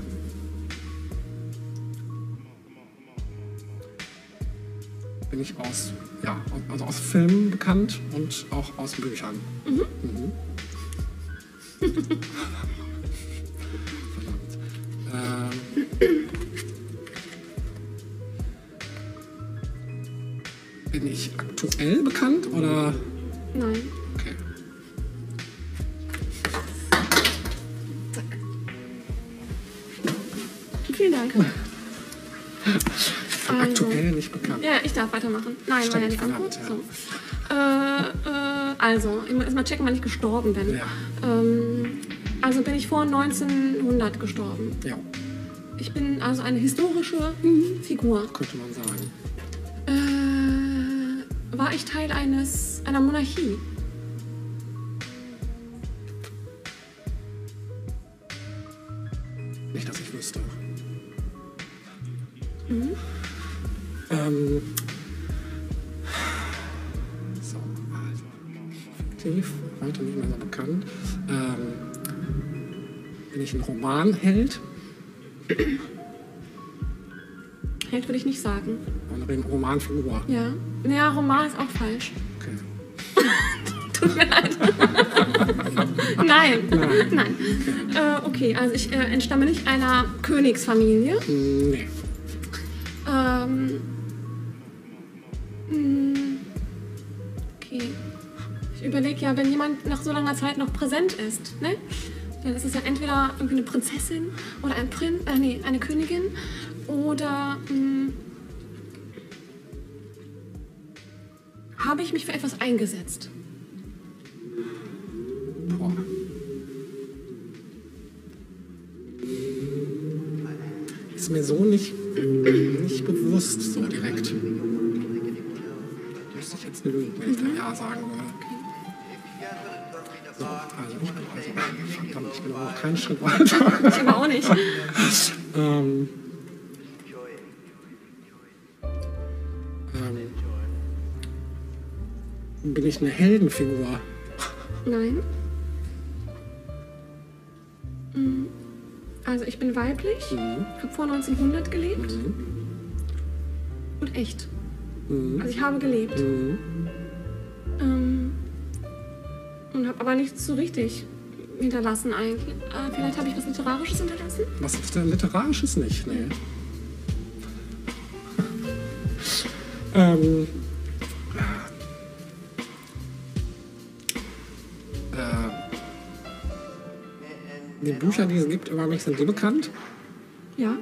[SPEAKER 6] Bin ich aus, ja, also aus Filmen bekannt und auch aus Büchern. Mhm. Verdammt. Ähm. Bin ich aktuell bekannt oder?
[SPEAKER 5] Nein.
[SPEAKER 6] Okay.
[SPEAKER 5] Vielen Dank. Also.
[SPEAKER 6] Aktuell nicht bekannt.
[SPEAKER 5] Ja, ich darf weitermachen. Nein,
[SPEAKER 6] Stimmt,
[SPEAKER 5] war ja nicht
[SPEAKER 6] verdammt,
[SPEAKER 5] ankommt. So. Äh, äh, also, ich muss erstmal checken, wann ich gestorben bin.
[SPEAKER 6] Ja.
[SPEAKER 5] Ähm, also bin ich vor 1900 gestorben.
[SPEAKER 6] Ja,
[SPEAKER 5] Ich bin also eine historische
[SPEAKER 6] Mhm.
[SPEAKER 5] Figur.
[SPEAKER 6] könnte man sagen.
[SPEAKER 5] Äh, war ich Teil eines einer Monarchie?
[SPEAKER 6] Nicht, dass ich wüsste. Ähm. So, also. Fiktiv, heute nicht mehr so bekannt. Ähm, bin ich ein Romanheld?
[SPEAKER 5] Held würde ich nicht sagen.
[SPEAKER 6] Oder eine Romanfigur?
[SPEAKER 5] Ja. Naja, Roman ist auch falsch.
[SPEAKER 6] Okay.
[SPEAKER 5] Nein. Nein. Äh, okay, also ich äh, entstamme nicht einer Königsfamilie.
[SPEAKER 6] Nee.
[SPEAKER 5] Ähm. mh, Okay. Ich überlege ja, wenn jemand nach so langer Zeit noch präsent ist, ne? Dann ist es ja entweder irgendwie eine Prinzessin oder ein Prinz, äh, nee, eine Königin oder. mm, mh, Habe ich mich für etwas eingesetzt?
[SPEAKER 6] Boah. Ist mir so nicht, nicht bewusst, so direkt. Müsste ich jetzt lügen, wenn ich da Ja sagen würde. So, also, ich, also, verdammt, ich bin auch keinen Schritt weiter.
[SPEAKER 5] Ich aber auch nicht.
[SPEAKER 6] Ähm, ähm, bin ich eine Heldenfigur?
[SPEAKER 5] Nein. Mm, Also ich bin weiblich, habe vor 1900 gelebt und echt. Also ich habe gelebt ähm, und habe aber nichts so richtig hinterlassen eigentlich. Äh, vielleicht habe ich was Literarisches hinterlassen?
[SPEAKER 6] Was ist denn literarisches nicht? Nee. ähm. Äh, die Bücher, die es gibt über mich, sind die bekannt?
[SPEAKER 5] Ja.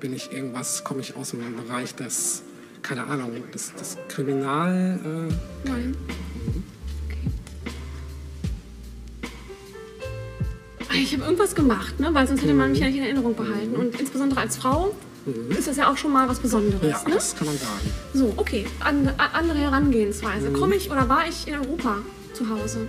[SPEAKER 6] Bin ich irgendwas, komme ich aus dem Bereich des, keine Ahnung, des, des Kriminal... Äh,
[SPEAKER 5] Nein. Okay. Ah, Ich habe irgendwas gemacht, ne? weil sonst hätte man mich
[SPEAKER 6] Mhm.
[SPEAKER 5] ja nicht in Erinnerung behalten. Und insbesondere als Frau ist das ja auch schon mal was Besonderes.
[SPEAKER 6] ja,
[SPEAKER 5] ne?
[SPEAKER 6] das kann man sagen.
[SPEAKER 5] So, okay. An, a- andere Herangehensweise.
[SPEAKER 6] Mhm.
[SPEAKER 5] Komme ich oder war ich in Europa zu Hause?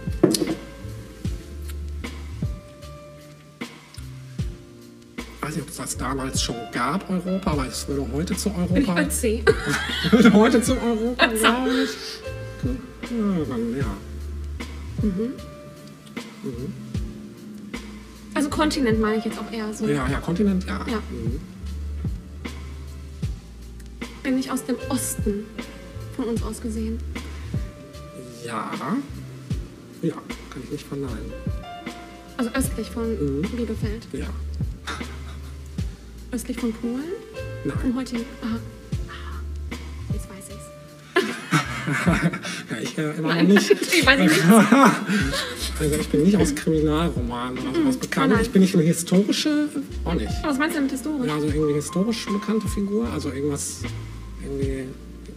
[SPEAKER 6] Ich weiß nicht, ob es das damals schon gab, Europa, aber es würde heute zu
[SPEAKER 5] Bin ich äh,
[SPEAKER 6] Europa...
[SPEAKER 5] Ötzi?
[SPEAKER 6] Bin heute zum Europa, glaube ich. Gehören, ja.
[SPEAKER 5] Also Kontinent
[SPEAKER 6] Mhm.
[SPEAKER 5] meine ich jetzt auch eher so.
[SPEAKER 6] Ja, ja, Kontinent, ja.
[SPEAKER 5] Ja. bin ich aus dem Osten. Von uns aus gesehen.
[SPEAKER 6] Ja. Ja, kann ich nicht verneinen.
[SPEAKER 5] Also östlich
[SPEAKER 6] Mhm.
[SPEAKER 5] von Bielefeld.
[SPEAKER 6] Ja.
[SPEAKER 5] Östlich von Polen.
[SPEAKER 6] Nein.
[SPEAKER 5] Im heutigen. Aha. Jetzt weiß ich's.
[SPEAKER 6] Ja, ich äh, immer noch nicht.
[SPEAKER 5] Ich weiß nicht.
[SPEAKER 6] Also ich bin nicht aus Kriminalromanen oder sowas bekannt.
[SPEAKER 5] Hm, nein.
[SPEAKER 6] Ich bin nicht eine historische, auch nicht.
[SPEAKER 5] Was meinst du damit historisch?
[SPEAKER 6] Ja, also irgendwie historisch bekannte Figur, also irgendwas irgendwie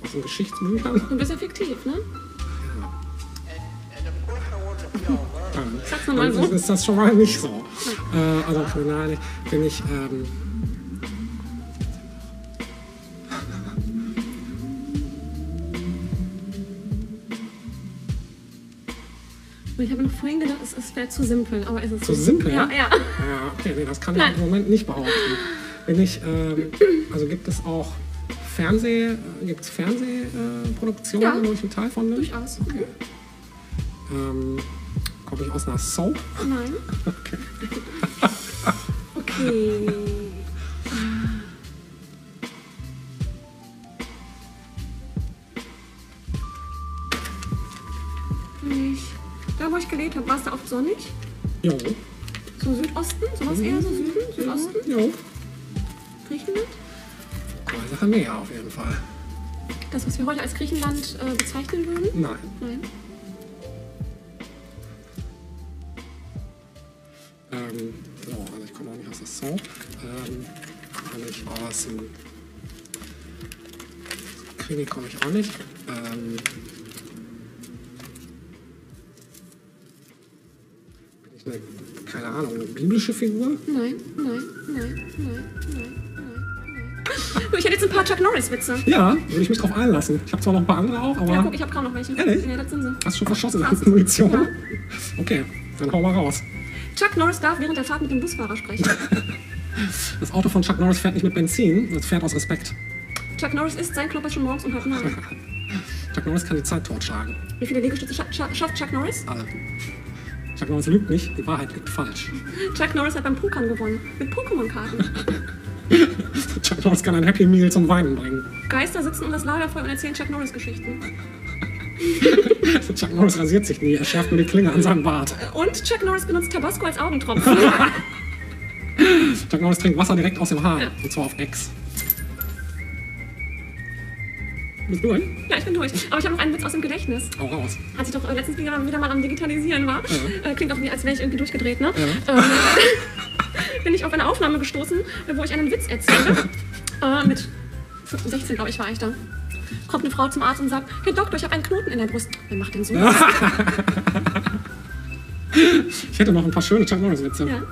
[SPEAKER 6] aus den Geschichtsbüchern.
[SPEAKER 5] Du bist ja fiktiv, ne? Sag's nochmal
[SPEAKER 6] Dann
[SPEAKER 5] so.
[SPEAKER 6] Also, ist das schon mal nicht so. Äh, also Kriminal nicht. bin ich ähm,
[SPEAKER 5] Und Ich habe mir vorhin gedacht, es, es wäre zu simpel, aber es ist
[SPEAKER 6] Zu simpel?
[SPEAKER 5] Ja, ja.
[SPEAKER 6] Ja, okay, nee, das kann
[SPEAKER 5] Nein.
[SPEAKER 6] ich im Moment nicht behaupten. Bin ich, ähm, also gibt es auch Fernseh, äh, gibt's Fernsehproduktionen, äh, Produktionen,
[SPEAKER 5] Ja.
[SPEAKER 6] wo ich ein Teil von bin?
[SPEAKER 5] Durchaus.
[SPEAKER 6] Okay. Ähm, Komme ich aus einer Soap?
[SPEAKER 5] Nein. Okay. okay. Ich, da, wo ich gelebt habe, war es da oft sonnig.
[SPEAKER 6] Jo.
[SPEAKER 5] So Südosten, sowas eher so Süden, Südosten,
[SPEAKER 6] Jo.
[SPEAKER 5] Griechenland.
[SPEAKER 6] Sache mehr auf jeden Fall.
[SPEAKER 5] Das, was wir heute als Griechenland äh, bezeichnen würden.
[SPEAKER 6] Nein.
[SPEAKER 5] Nein.
[SPEAKER 6] Ähm, so, also ich komme auch nicht aus der Soap. Ähm, komme ich aus dem Krieg komme ich auch nicht. Ähm, bin ich eine, keine Ahnung, eine biblische Figur?
[SPEAKER 5] Nein, nein, nein, nein, nein, nein, nein. Ich hätte jetzt ein paar Chuck Norris-Witze.
[SPEAKER 6] Ja, würde ich mich drauf einlassen. Ich habe zwar noch ein paar andere auch, aber
[SPEAKER 5] Ja, guck, ich habe kaum noch welche.
[SPEAKER 6] Ehrlich?
[SPEAKER 5] Ja, das sind sie.
[SPEAKER 6] hast schon verschossen, hast Munition. Okay, dann hau mal raus.
[SPEAKER 5] Chuck Norris darf während der Fahrt mit dem Busfahrer sprechen.
[SPEAKER 6] Das Auto von Chuck Norris fährt nicht mit Benzin, das fährt aus Respekt.
[SPEAKER 5] Chuck Norris isst sein Klopapier schon morgens und heute Nacht.
[SPEAKER 6] Chuck Norris kann die Zeit totschlagen.
[SPEAKER 5] Wie viele Liegestütze scha scha schafft Chuck Norris?
[SPEAKER 6] Alle. Chuck Norris lügt nicht, die Wahrheit liegt falsch.
[SPEAKER 5] Chuck Norris hat beim Pokern gewonnen. Mit Pokémon-Karten.
[SPEAKER 6] Chuck Norris kann ein Happy Meal zum Weinen bringen.
[SPEAKER 5] Geister sitzen um das Lagerfeuer und erzählen Chuck Norris-Geschichten.
[SPEAKER 6] Chuck Norris rasiert sich nie, er schärft nur die Klinge an seinem Bart.
[SPEAKER 5] Äh, Und Chuck Norris benutzt Tabasco als Augentropfen.
[SPEAKER 6] Chuck Norris trinkt Wasser direkt aus dem Haar, und zwar auf Ex. Bist du ein?
[SPEAKER 5] ja, ich bin durch. Aber ich habe noch einen Witz aus dem Gedächtnis.
[SPEAKER 6] Hau raus.
[SPEAKER 5] Als ich doch äh, letztens wieder, wieder mal am Digitalisieren war, äh, klingt auch wie, als wäre ich irgendwie durchgedreht, ne? Ähm, bin ich auf eine Aufnahme gestoßen, äh, wo ich einen Witz erzähle. äh, mit 15, 16, glaube ich, war ich da. Kommt eine Frau zum Arzt und sagt, Herr Doktor, ich habe einen Knoten in der Brust. Wer macht denn so? Ja.
[SPEAKER 6] Ich hätte noch ein paar schöne Chuck Norris-Witze.
[SPEAKER 5] Ja.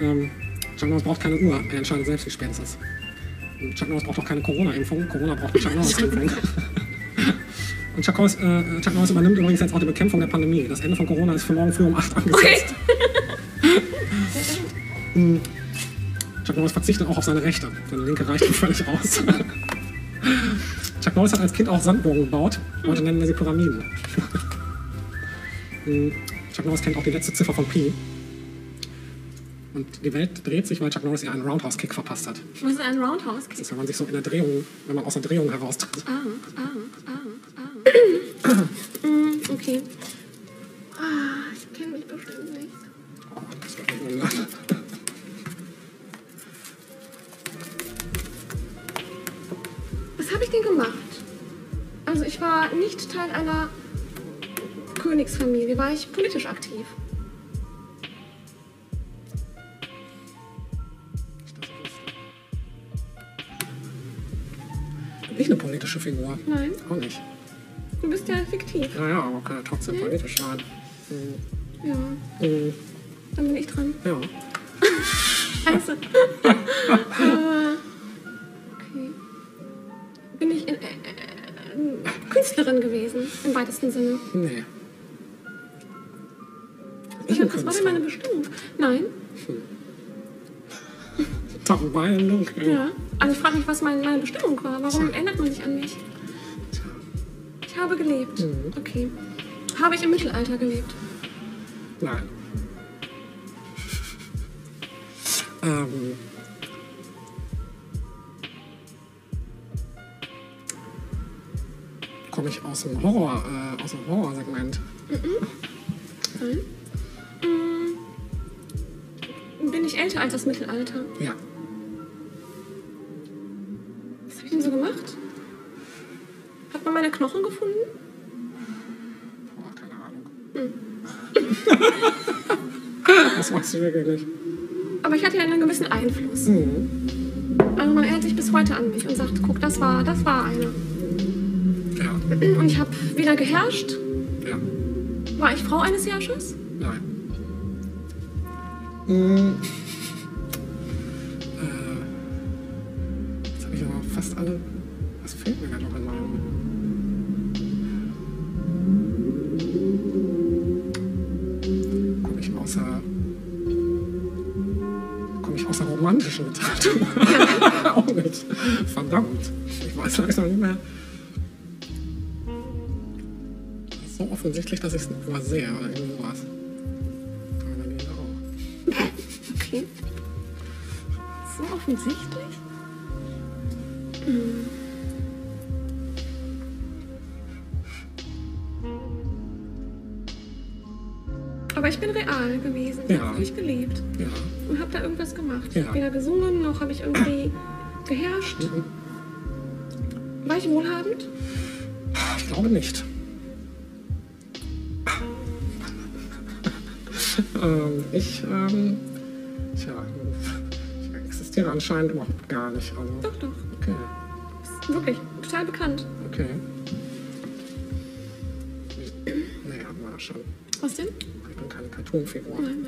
[SPEAKER 6] Ähm, Chuck Norris braucht keine Uhr, er entscheidet selbst, wie spät es ist. Und Chuck Norris braucht auch keine Corona-Impfung, Corona braucht eine Chuck Norris-Impfung. Und Chuck Norris, äh, Chuck Norris übernimmt übrigens jetzt auch die Bekämpfung der Pandemie. Das Ende von Corona ist für morgen früh um 8 angesetzt. Hm. Chuck Norris verzichtet auch auf seine Rechte. Seine linke reicht ihm völlig aus. Chuck Norris hat als Kind auch Sandburgen gebaut. Heute nennen wir sie Pyramiden. Hm. Chuck Norris kennt auch die letzte Ziffer von Pi. Und die Welt dreht sich, weil Chuck Norris ihr einen Roundhouse-Kick verpasst hat.
[SPEAKER 5] Was ist ein Roundhouse?
[SPEAKER 6] Das ist, wenn man sich so in der Drehung, wenn man aus der Drehung heraustritt.
[SPEAKER 5] Ah, ah, ah, ah. Mm, okay. Ah, ich kenne mich bestimmt nicht. Was habe ich denn gemacht? Also ich war nicht Teil einer Königsfamilie, war ich politisch aktiv.
[SPEAKER 6] Nicht eine politische Figur.
[SPEAKER 5] Nein,
[SPEAKER 6] Auch nicht.
[SPEAKER 5] du bist ja fiktiv.
[SPEAKER 6] Naja, aber kann ja trotzdem politisch sein.
[SPEAKER 5] Ja,
[SPEAKER 6] Mhm.
[SPEAKER 5] dann bin ich dran.
[SPEAKER 6] Ja.
[SPEAKER 5] Scheiße. Äh, okay. Bin ich in, äh, äh, Künstlerin gewesen, im weitesten Sinne.
[SPEAKER 6] Nee.
[SPEAKER 5] Ich hab, was Also, war denn meine Bestimmung? Nein,
[SPEAKER 6] Tabenweilung.
[SPEAKER 5] ja. Also ich frage mich, was mein, meine Bestimmung war. Warum erinnert man sich an mich? Ich habe gelebt. Okay. Habe ich im Mittelalter gelebt?
[SPEAKER 6] Nein. Ähm. komme ich aus dem Horror, äh, aus dem Horrorsegment.
[SPEAKER 5] Bin ich älter als das Mittelalter?
[SPEAKER 6] Ja.
[SPEAKER 5] Was habe ich denn so gemacht? Hat man meine Knochen gefunden?
[SPEAKER 6] Boah, Oh, keine Ahnung. das weißt du wirklich nicht.
[SPEAKER 5] Aber ich hatte ja einen gewissen Einfluss. Also man erinnert sich bis heute an mich und sagt, guck, das war, das war einer.
[SPEAKER 6] Ja.
[SPEAKER 5] Und ich habe weder geherrscht,
[SPEAKER 6] Ja.
[SPEAKER 5] war ich Frau eines Herrschers?
[SPEAKER 6] Nein. Äh, jetzt habe ich aber fast alle. Was fehlt mir gerade noch an meinem. Komme ich außer. Komme ich außer romantischen Literatur? Auch nicht. Verdammt. Ich weiß langsam nicht mehr. Das ist so offensichtlich, dass ich es übersehe oder irgendwie sowas. Aber dann geht auch.
[SPEAKER 5] Okay. So offensichtlich? Mhm. Aber ich bin real gewesen. Ich
[SPEAKER 6] Ja.
[SPEAKER 5] habe wirklich gelebt
[SPEAKER 6] Ja,
[SPEAKER 5] und habe da irgendwas gemacht. Ich
[SPEAKER 6] Ja.
[SPEAKER 5] habe weder gesungen, noch habe ich irgendwie geherrscht. War ich wohlhabend?
[SPEAKER 6] ich glaube nicht. ähm, ich, ähm, tja, ich existiere anscheinend überhaupt gar nicht. Also,
[SPEAKER 5] Doch, doch.
[SPEAKER 6] okay,
[SPEAKER 5] Wirklich. Total bekannt.
[SPEAKER 6] okay. Hm. Naja, war schon.
[SPEAKER 5] Was denn?
[SPEAKER 6] Ich bin keine Cartoonfigur. Ähm,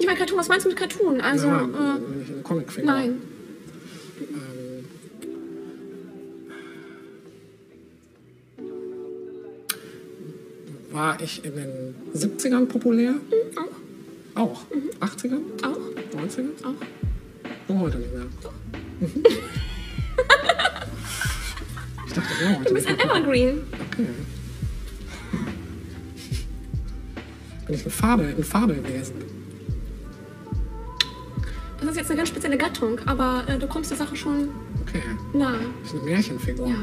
[SPEAKER 5] Ich meine, Cartoon, was meinst du mit Cartoon? Also,
[SPEAKER 6] ja,
[SPEAKER 5] äh,
[SPEAKER 6] bin ich eine Comicfigur.
[SPEAKER 5] nein.
[SPEAKER 6] War ich in den 70ern populär? Auch. Auch? 80ern?
[SPEAKER 5] Auch?
[SPEAKER 6] 90ern?
[SPEAKER 5] Auch?
[SPEAKER 6] Nur Oh, heute nicht mehr. Mhm. ich dachte, ja, heute
[SPEAKER 5] Du bist
[SPEAKER 6] nicht
[SPEAKER 5] ein
[SPEAKER 6] mehr.
[SPEAKER 5] Evergreen.
[SPEAKER 6] Okay. Bin ich ein Fabel, ein Fabelwesen?
[SPEAKER 5] Das ist jetzt eine ganz spezielle Gattung, aber äh, du kommst der Sache schon
[SPEAKER 6] Okay.
[SPEAKER 5] nahe.
[SPEAKER 6] Bin ich eine Märchenfigur?
[SPEAKER 5] Ja.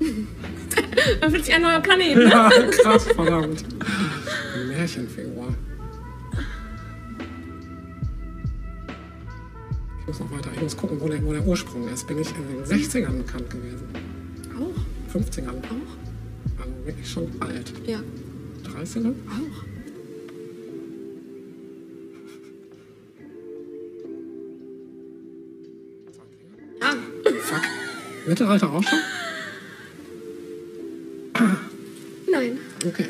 [SPEAKER 5] Dann wird sich ein neuer Planet. Ne?
[SPEAKER 6] krass, verdammt. Eine Märchenfigur. Ich muss noch weiter, ich muss gucken, wo der, wo der Ursprung ist. Bin ich in den 60ern bekannt gewesen?
[SPEAKER 5] Auch?
[SPEAKER 6] 50ern?
[SPEAKER 5] Auch?
[SPEAKER 6] Also wirklich schon alt.
[SPEAKER 5] Ja.
[SPEAKER 6] 30ern?
[SPEAKER 5] Auch? Ja.
[SPEAKER 6] Fuck. Mittelalter auch schon?
[SPEAKER 5] Nein.
[SPEAKER 6] Okay.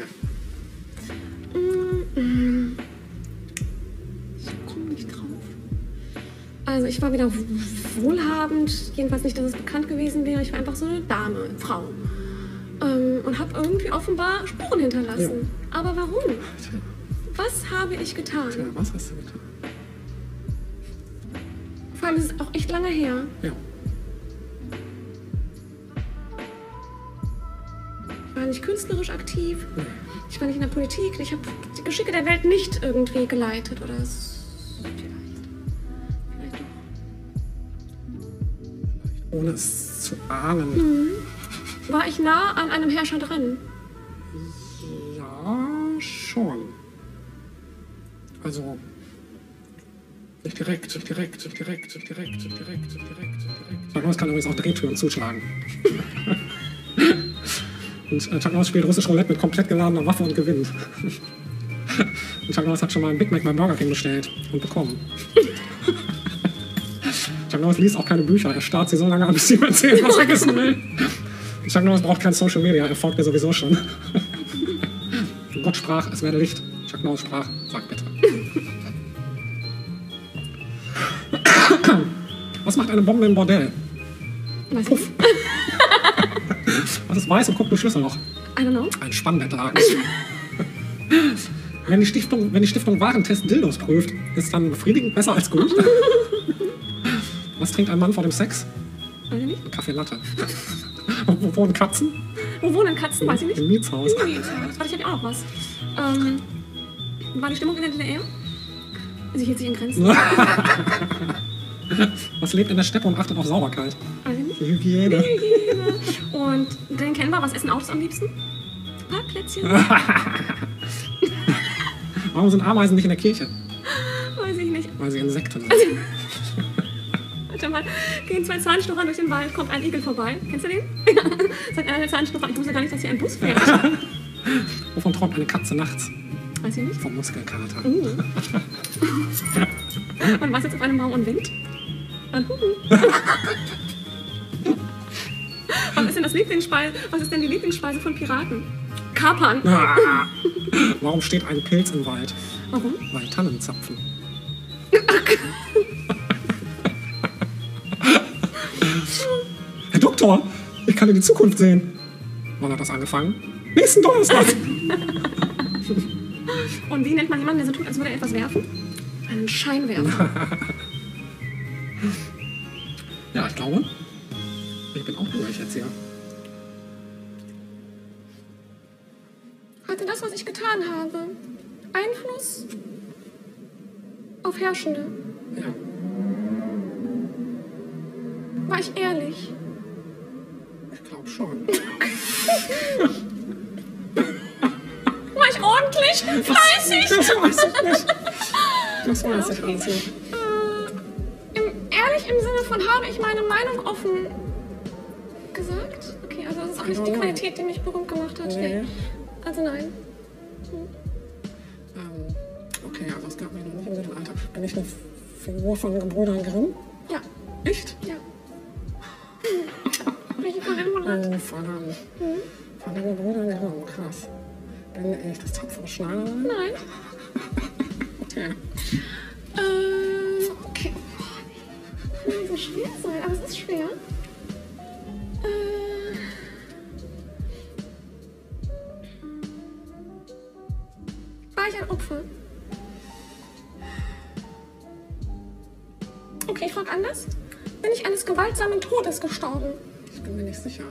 [SPEAKER 5] Ich komme nicht drauf. Also ich war wieder wohlhabend, jedenfalls nicht, dass es bekannt gewesen wäre. Ich war einfach so eine Dame, Frau. Ähm, und habe irgendwie offenbar Spuren hinterlassen. Aber warum?
[SPEAKER 6] Tja,
[SPEAKER 5] Was habe ich
[SPEAKER 6] tja,
[SPEAKER 5] getan?
[SPEAKER 6] was hast du getan?
[SPEAKER 5] Vor allem ist es auch echt lange her.
[SPEAKER 6] Ja.
[SPEAKER 5] Ich war nicht künstlerisch aktiv. Ich war nicht in der Politik. Ich habe die Geschicke der Welt nicht irgendwie geleitet oder s- vielleicht. Vielleicht doch.
[SPEAKER 6] Ohne es zu ahnen.
[SPEAKER 5] War ich nah an einem Herrscher dran?
[SPEAKER 6] Ja, schon. Also. Nicht direkt, nicht direkt, nicht direkt, nicht direkt, nicht direkt, nicht direkt, nicht direkt. Chuck Norris kann übrigens auch Drehtüren zuschlagen. und äh, Chuck Norris spielt russisch Roulette mit komplett geladener Waffe und gewinnt. und Chuck Norris hat schon mal einen Big Mac beim Burger King bestellt und bekommen. Chuck Norris liest auch keine Bücher. Er starrt sie so lange an, bis sie ihm erzählt, was er wissen will. Und Chuck Norris braucht kein Social Media. Er folgt mir sowieso schon. Gott sprach, es werde Licht. Chuck Norris sprach, sag bitte. Was macht eine Bombe im Bordell?
[SPEAKER 5] Weiß ich.
[SPEAKER 6] Was ist weiß und guckt ein Schlüsselloch?
[SPEAKER 5] I don't know.
[SPEAKER 6] Ein Spannbettlaken. wenn, die Stiftung, wenn die Stiftung Warentest Dildos prüft, ist dann befriedigend besser als gut. Was trinkt ein Mann vor dem Sex?
[SPEAKER 5] Weiß ich nicht.
[SPEAKER 6] Kaffee Latte. Wo wohnen Katzen?
[SPEAKER 5] Wo wohnen Katzen? Weiß ich nicht.
[SPEAKER 6] Im Mietshaus.
[SPEAKER 5] Ui, das hatte ich ja auch noch was. Ähm, war die Stimmung in der DDR? Also ich hielt sich in Grenzen.
[SPEAKER 6] Was lebt in der Steppe und achtet auf Sauberkeit?
[SPEAKER 5] Weiß ich nicht.
[SPEAKER 6] Hygiene.
[SPEAKER 5] Und dann kennen wir, was essen Autos am liebsten? Parkplätzchen?
[SPEAKER 6] Warum sind Ameisen nicht in der Kirche?
[SPEAKER 5] Weiß ich nicht.
[SPEAKER 6] Weil sie Insekten sind.
[SPEAKER 5] Warte mal, gehen zwei Zahnstocher durch den Wald, kommt ein Igel vorbei. Kennst du den? Ja. Sagt einer der Zahnstocher, ich wusste gar nicht, dass hier ein Bus fährt.
[SPEAKER 6] Wovon träumt eine Katze nachts?
[SPEAKER 5] Weiß ich nicht.
[SPEAKER 6] Vom Muskelkater.
[SPEAKER 5] Man war jetzt auf einem Baum und Wind. Und Huhu. Was ist denn das Lieblingsspeise? Was ist denn die Lieblingsspeise von Piraten? Kapern.
[SPEAKER 6] Ah. Warum steht ein Pilz im Wald?
[SPEAKER 5] Warum?
[SPEAKER 6] Weil Tannen zapfen. Herr Doktor, ich kann in die Zukunft sehen. Wann hat das angefangen? Nächsten Donnerstag.
[SPEAKER 5] Und wie nennt man jemanden, der so tut, als würde er etwas werfen? Einen Scheinwerfer.
[SPEAKER 6] Ja, ich glaube, ich bin auch durch jetzt hier.
[SPEAKER 5] Hatte das, was ich getan habe, Einfluss auf Herrschende?
[SPEAKER 6] Ja.
[SPEAKER 5] War ich ehrlich?
[SPEAKER 6] Ich glaube schon.
[SPEAKER 5] War ich ordentlich? Fleißig?
[SPEAKER 6] Das weiß ich nicht. Das weiß ich alles nicht.
[SPEAKER 5] Äh, Im, ehrlich im Sinne von habe ich meine Meinung offen gesagt? Okay, also das ist auch nicht die Qualität, die mich berühmt gemacht hat. Nee. Also nein.
[SPEAKER 6] Ähm, okay, also es gab mir noch nicht im Mittelalter. Bin ich eine Figur von Gebrüdern Grimm?
[SPEAKER 5] Ja.
[SPEAKER 6] Echt?
[SPEAKER 5] Ja. Hm. Welche von den Mulan?
[SPEAKER 6] Oh, verdammt. Von den Gebrüdern Grimm, krass. Bin ich das tapfere Schneiderin?
[SPEAKER 5] Nein.
[SPEAKER 6] Okay.
[SPEAKER 5] Äh, okay. Nein, so schwer sein, aber es ist schwer. Äh, war ich ein Opfer? Okay, ich frage anders. Bin ich eines gewaltsamen Todes gestorben?
[SPEAKER 6] Ich bin mir nicht sicher.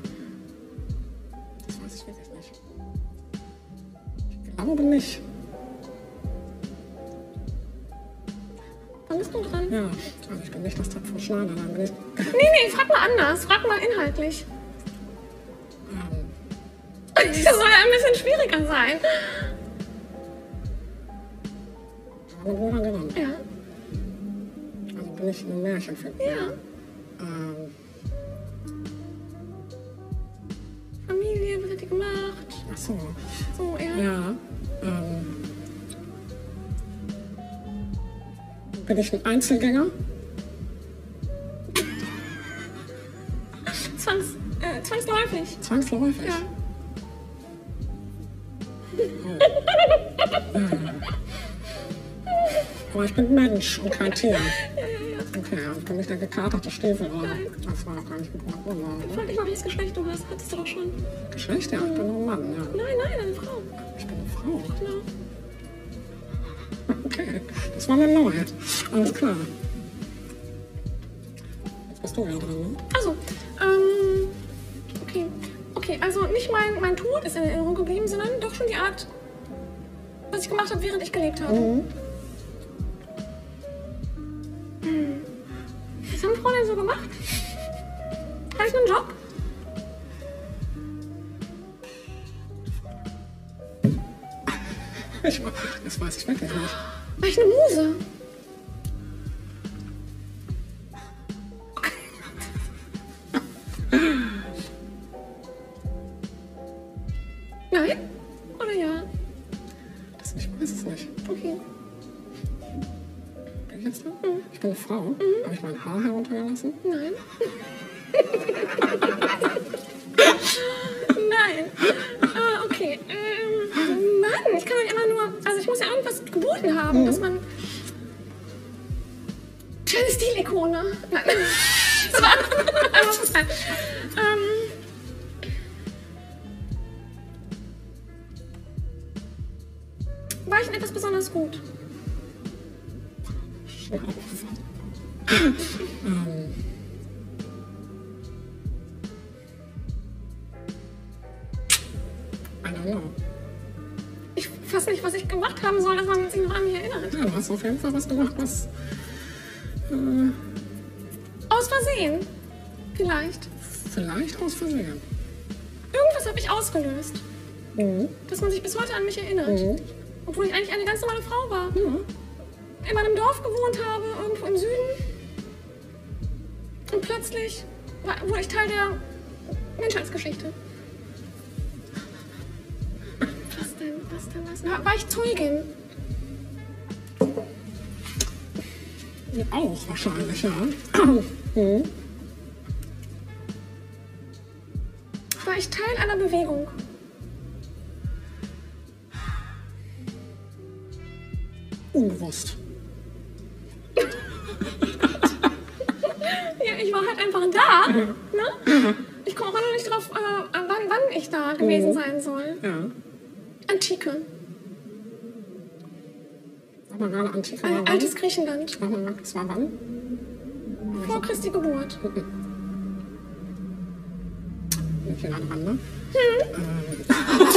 [SPEAKER 6] Das weiß ich wirklich nicht. Ich glaube nicht.
[SPEAKER 5] Wann bist du dran?
[SPEAKER 6] Ja, also ich bin nicht das tapfere Schneiderin. Bin ich.
[SPEAKER 5] Nee, nee, frag mal anders. Frag mal inhaltlich.
[SPEAKER 6] Ähm,
[SPEAKER 5] Das soll ja ein bisschen schwieriger sein.
[SPEAKER 6] von den Gebrüdern Grimm.
[SPEAKER 5] Ja,
[SPEAKER 6] Also bin ich eine Märchenfigur.
[SPEAKER 5] ja.
[SPEAKER 6] Ähm,
[SPEAKER 5] Familie, was hat die gemacht?
[SPEAKER 6] ach so.
[SPEAKER 5] So, ja.
[SPEAKER 6] Ja. Ähm, bin ich ein Einzelgänger?
[SPEAKER 5] Zwangs, äh, zwangsläufig.
[SPEAKER 6] Zwangsläufig.
[SPEAKER 5] Ja.
[SPEAKER 6] Oh. Aber ich bin Mensch und kein Tier. Okay, also ich bin nicht der gekaterte Stiefel. Das war auch gar nicht geboren. worden,
[SPEAKER 5] Frag dich mal, welches Geschlecht du hast. Hattest du doch schon.
[SPEAKER 6] ne? Geschlecht, ja, ich bin nur ein Mann, ja.
[SPEAKER 5] Nein, nein, eine Frau.
[SPEAKER 6] Ich bin eine Frau.
[SPEAKER 5] Genau.
[SPEAKER 6] Okay, das war mir neu. Alles klar. Jetzt bist du ja dran, ne?
[SPEAKER 5] Also, ähm, okay. Okay, also nicht mein, mein Tod ist in Erinnerung geblieben, sondern doch schon die Art, was ich gemacht habe, während ich gelebt habe. Hm. Hm. Was haben Frauen denn so gemacht? Habe ich einen Job?
[SPEAKER 6] Ich, das weiß ich wirklich nicht.
[SPEAKER 5] War ich eine Muse? Nein? Oder ja?
[SPEAKER 6] Das, ich weiß es nicht.
[SPEAKER 5] Okay.
[SPEAKER 6] Bin ich jetzt dran? Ich bin eine Frau.
[SPEAKER 5] Mhm.
[SPEAKER 6] Habe ich mein Haar heruntergelassen?
[SPEAKER 5] Nein. Nein. Äh, okay. Ähm, Mann, ich kann doch nicht immer nur. Also ich muss ja irgendwas geboten haben, dass man. Schöne Stilikone. Nein. Das war einfach total. Ähm. War ich in etwas besonders gut?
[SPEAKER 6] Ähm. I don't know.
[SPEAKER 5] Ich weiß nicht, was ich gemacht haben soll, dass man sich noch an mich erinnert.
[SPEAKER 6] Ja, du hast auf jeden Fall was gemacht, was äh,
[SPEAKER 5] aus Versehen. Vielleicht.
[SPEAKER 6] Vielleicht aus Versehen.
[SPEAKER 5] Irgendwas habe ich ausgelöst. Dass man sich bis heute an mich erinnert. Obwohl ich eigentlich eine ganz normale Frau war. In meinem Dorf gewohnt habe, irgendwo im Süden. Und plötzlich war, wurde ich Teil der Menschheitsgeschichte. Was denn, was denn, was denn? War- War ich Zeugin?
[SPEAKER 6] Auch wahrscheinlich, ja.
[SPEAKER 5] Mhm. War ich Teil einer Bewegung?
[SPEAKER 6] Unbewusst.
[SPEAKER 5] Ja, ich war halt einfach da. Ne? Ich komme auch noch nicht drauf, äh, wann, wann ich da gewesen sein soll.
[SPEAKER 6] Ja.
[SPEAKER 5] Antike,
[SPEAKER 6] Aber gerade antike
[SPEAKER 5] ein
[SPEAKER 6] war wann?
[SPEAKER 5] altes Griechenland,
[SPEAKER 6] Warte mal, Das war wann?
[SPEAKER 5] vor Christi Geburt.
[SPEAKER 6] Hm. Nicht gerade wann, ne? Ähm.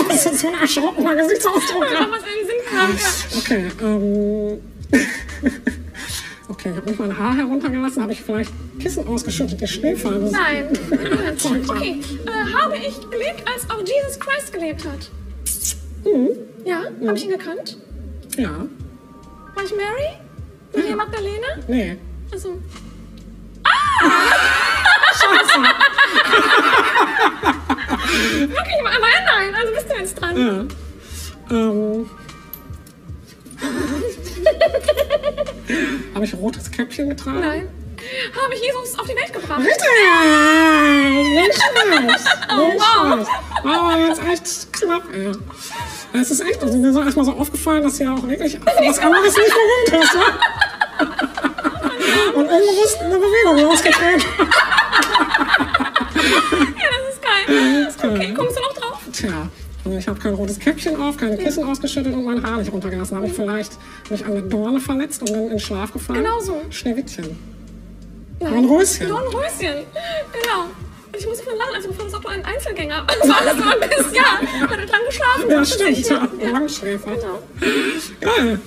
[SPEAKER 6] das ist so ein erschrockener Gesichtsausdruck.
[SPEAKER 5] Hm. Ich
[SPEAKER 6] ne?
[SPEAKER 5] was in den Sinn kam. Ja.
[SPEAKER 6] Okay, ähm. Okay, ich habe nicht mein Haar heruntergelassen. Habe ich vielleicht Kissen ausgeschüttet, der Schneefall?
[SPEAKER 5] Nein. Okay, äh, habe ich gelebt, als auch Jesus Christ gelebt hat? Ja, habe ich ihn gekannt?
[SPEAKER 6] Hm? Ja.
[SPEAKER 5] War ich Mary? Maria Magdalena?
[SPEAKER 6] Nee.
[SPEAKER 5] Also, ah! Scheiße! Wirklich, aber nein, also bist du jetzt dran.
[SPEAKER 6] Ja. Ähm. Habe ich ein rotes Käppchen getragen?
[SPEAKER 5] Nein. Habe ich Jesus auf die Welt gebracht?
[SPEAKER 6] Mensch, Mensch,
[SPEAKER 5] Oh, wow.
[SPEAKER 6] Mensch. Oh, jetzt echt knapp, ey. Es ist echt, also mir ist erstmal so aufgefallen, dass hier auch wirklich was anderes nicht berühmt ist. Ne? Und unbewusst eine Bewegung losgetreten.
[SPEAKER 5] Ja, das ist geil.
[SPEAKER 6] ist geil.
[SPEAKER 5] Okay, kommst du noch drauf?
[SPEAKER 6] Tja, also ich habe kein rotes Käppchen auf, keine Kissen ausgeschüttet und mein Haar nicht runtergelassen. Habe ich vielleicht mich an der Dorne verletzt und dann in den Schlaf gefallen?
[SPEAKER 5] Genau so.
[SPEAKER 6] Schneewittchen.
[SPEAKER 5] Nein.
[SPEAKER 6] Dornröschen.
[SPEAKER 5] Dornröschen. Genau. Und ich muss davon lachen, als du gefragt hast, ob du ein Einzelgänger warst. Du bist ja, weil du dran geschlafen
[SPEAKER 6] Ja,
[SPEAKER 5] hast.
[SPEAKER 6] stimmt. Ja.
[SPEAKER 5] Ja.
[SPEAKER 6] Langschläfer.
[SPEAKER 5] Genau.
[SPEAKER 6] Geil.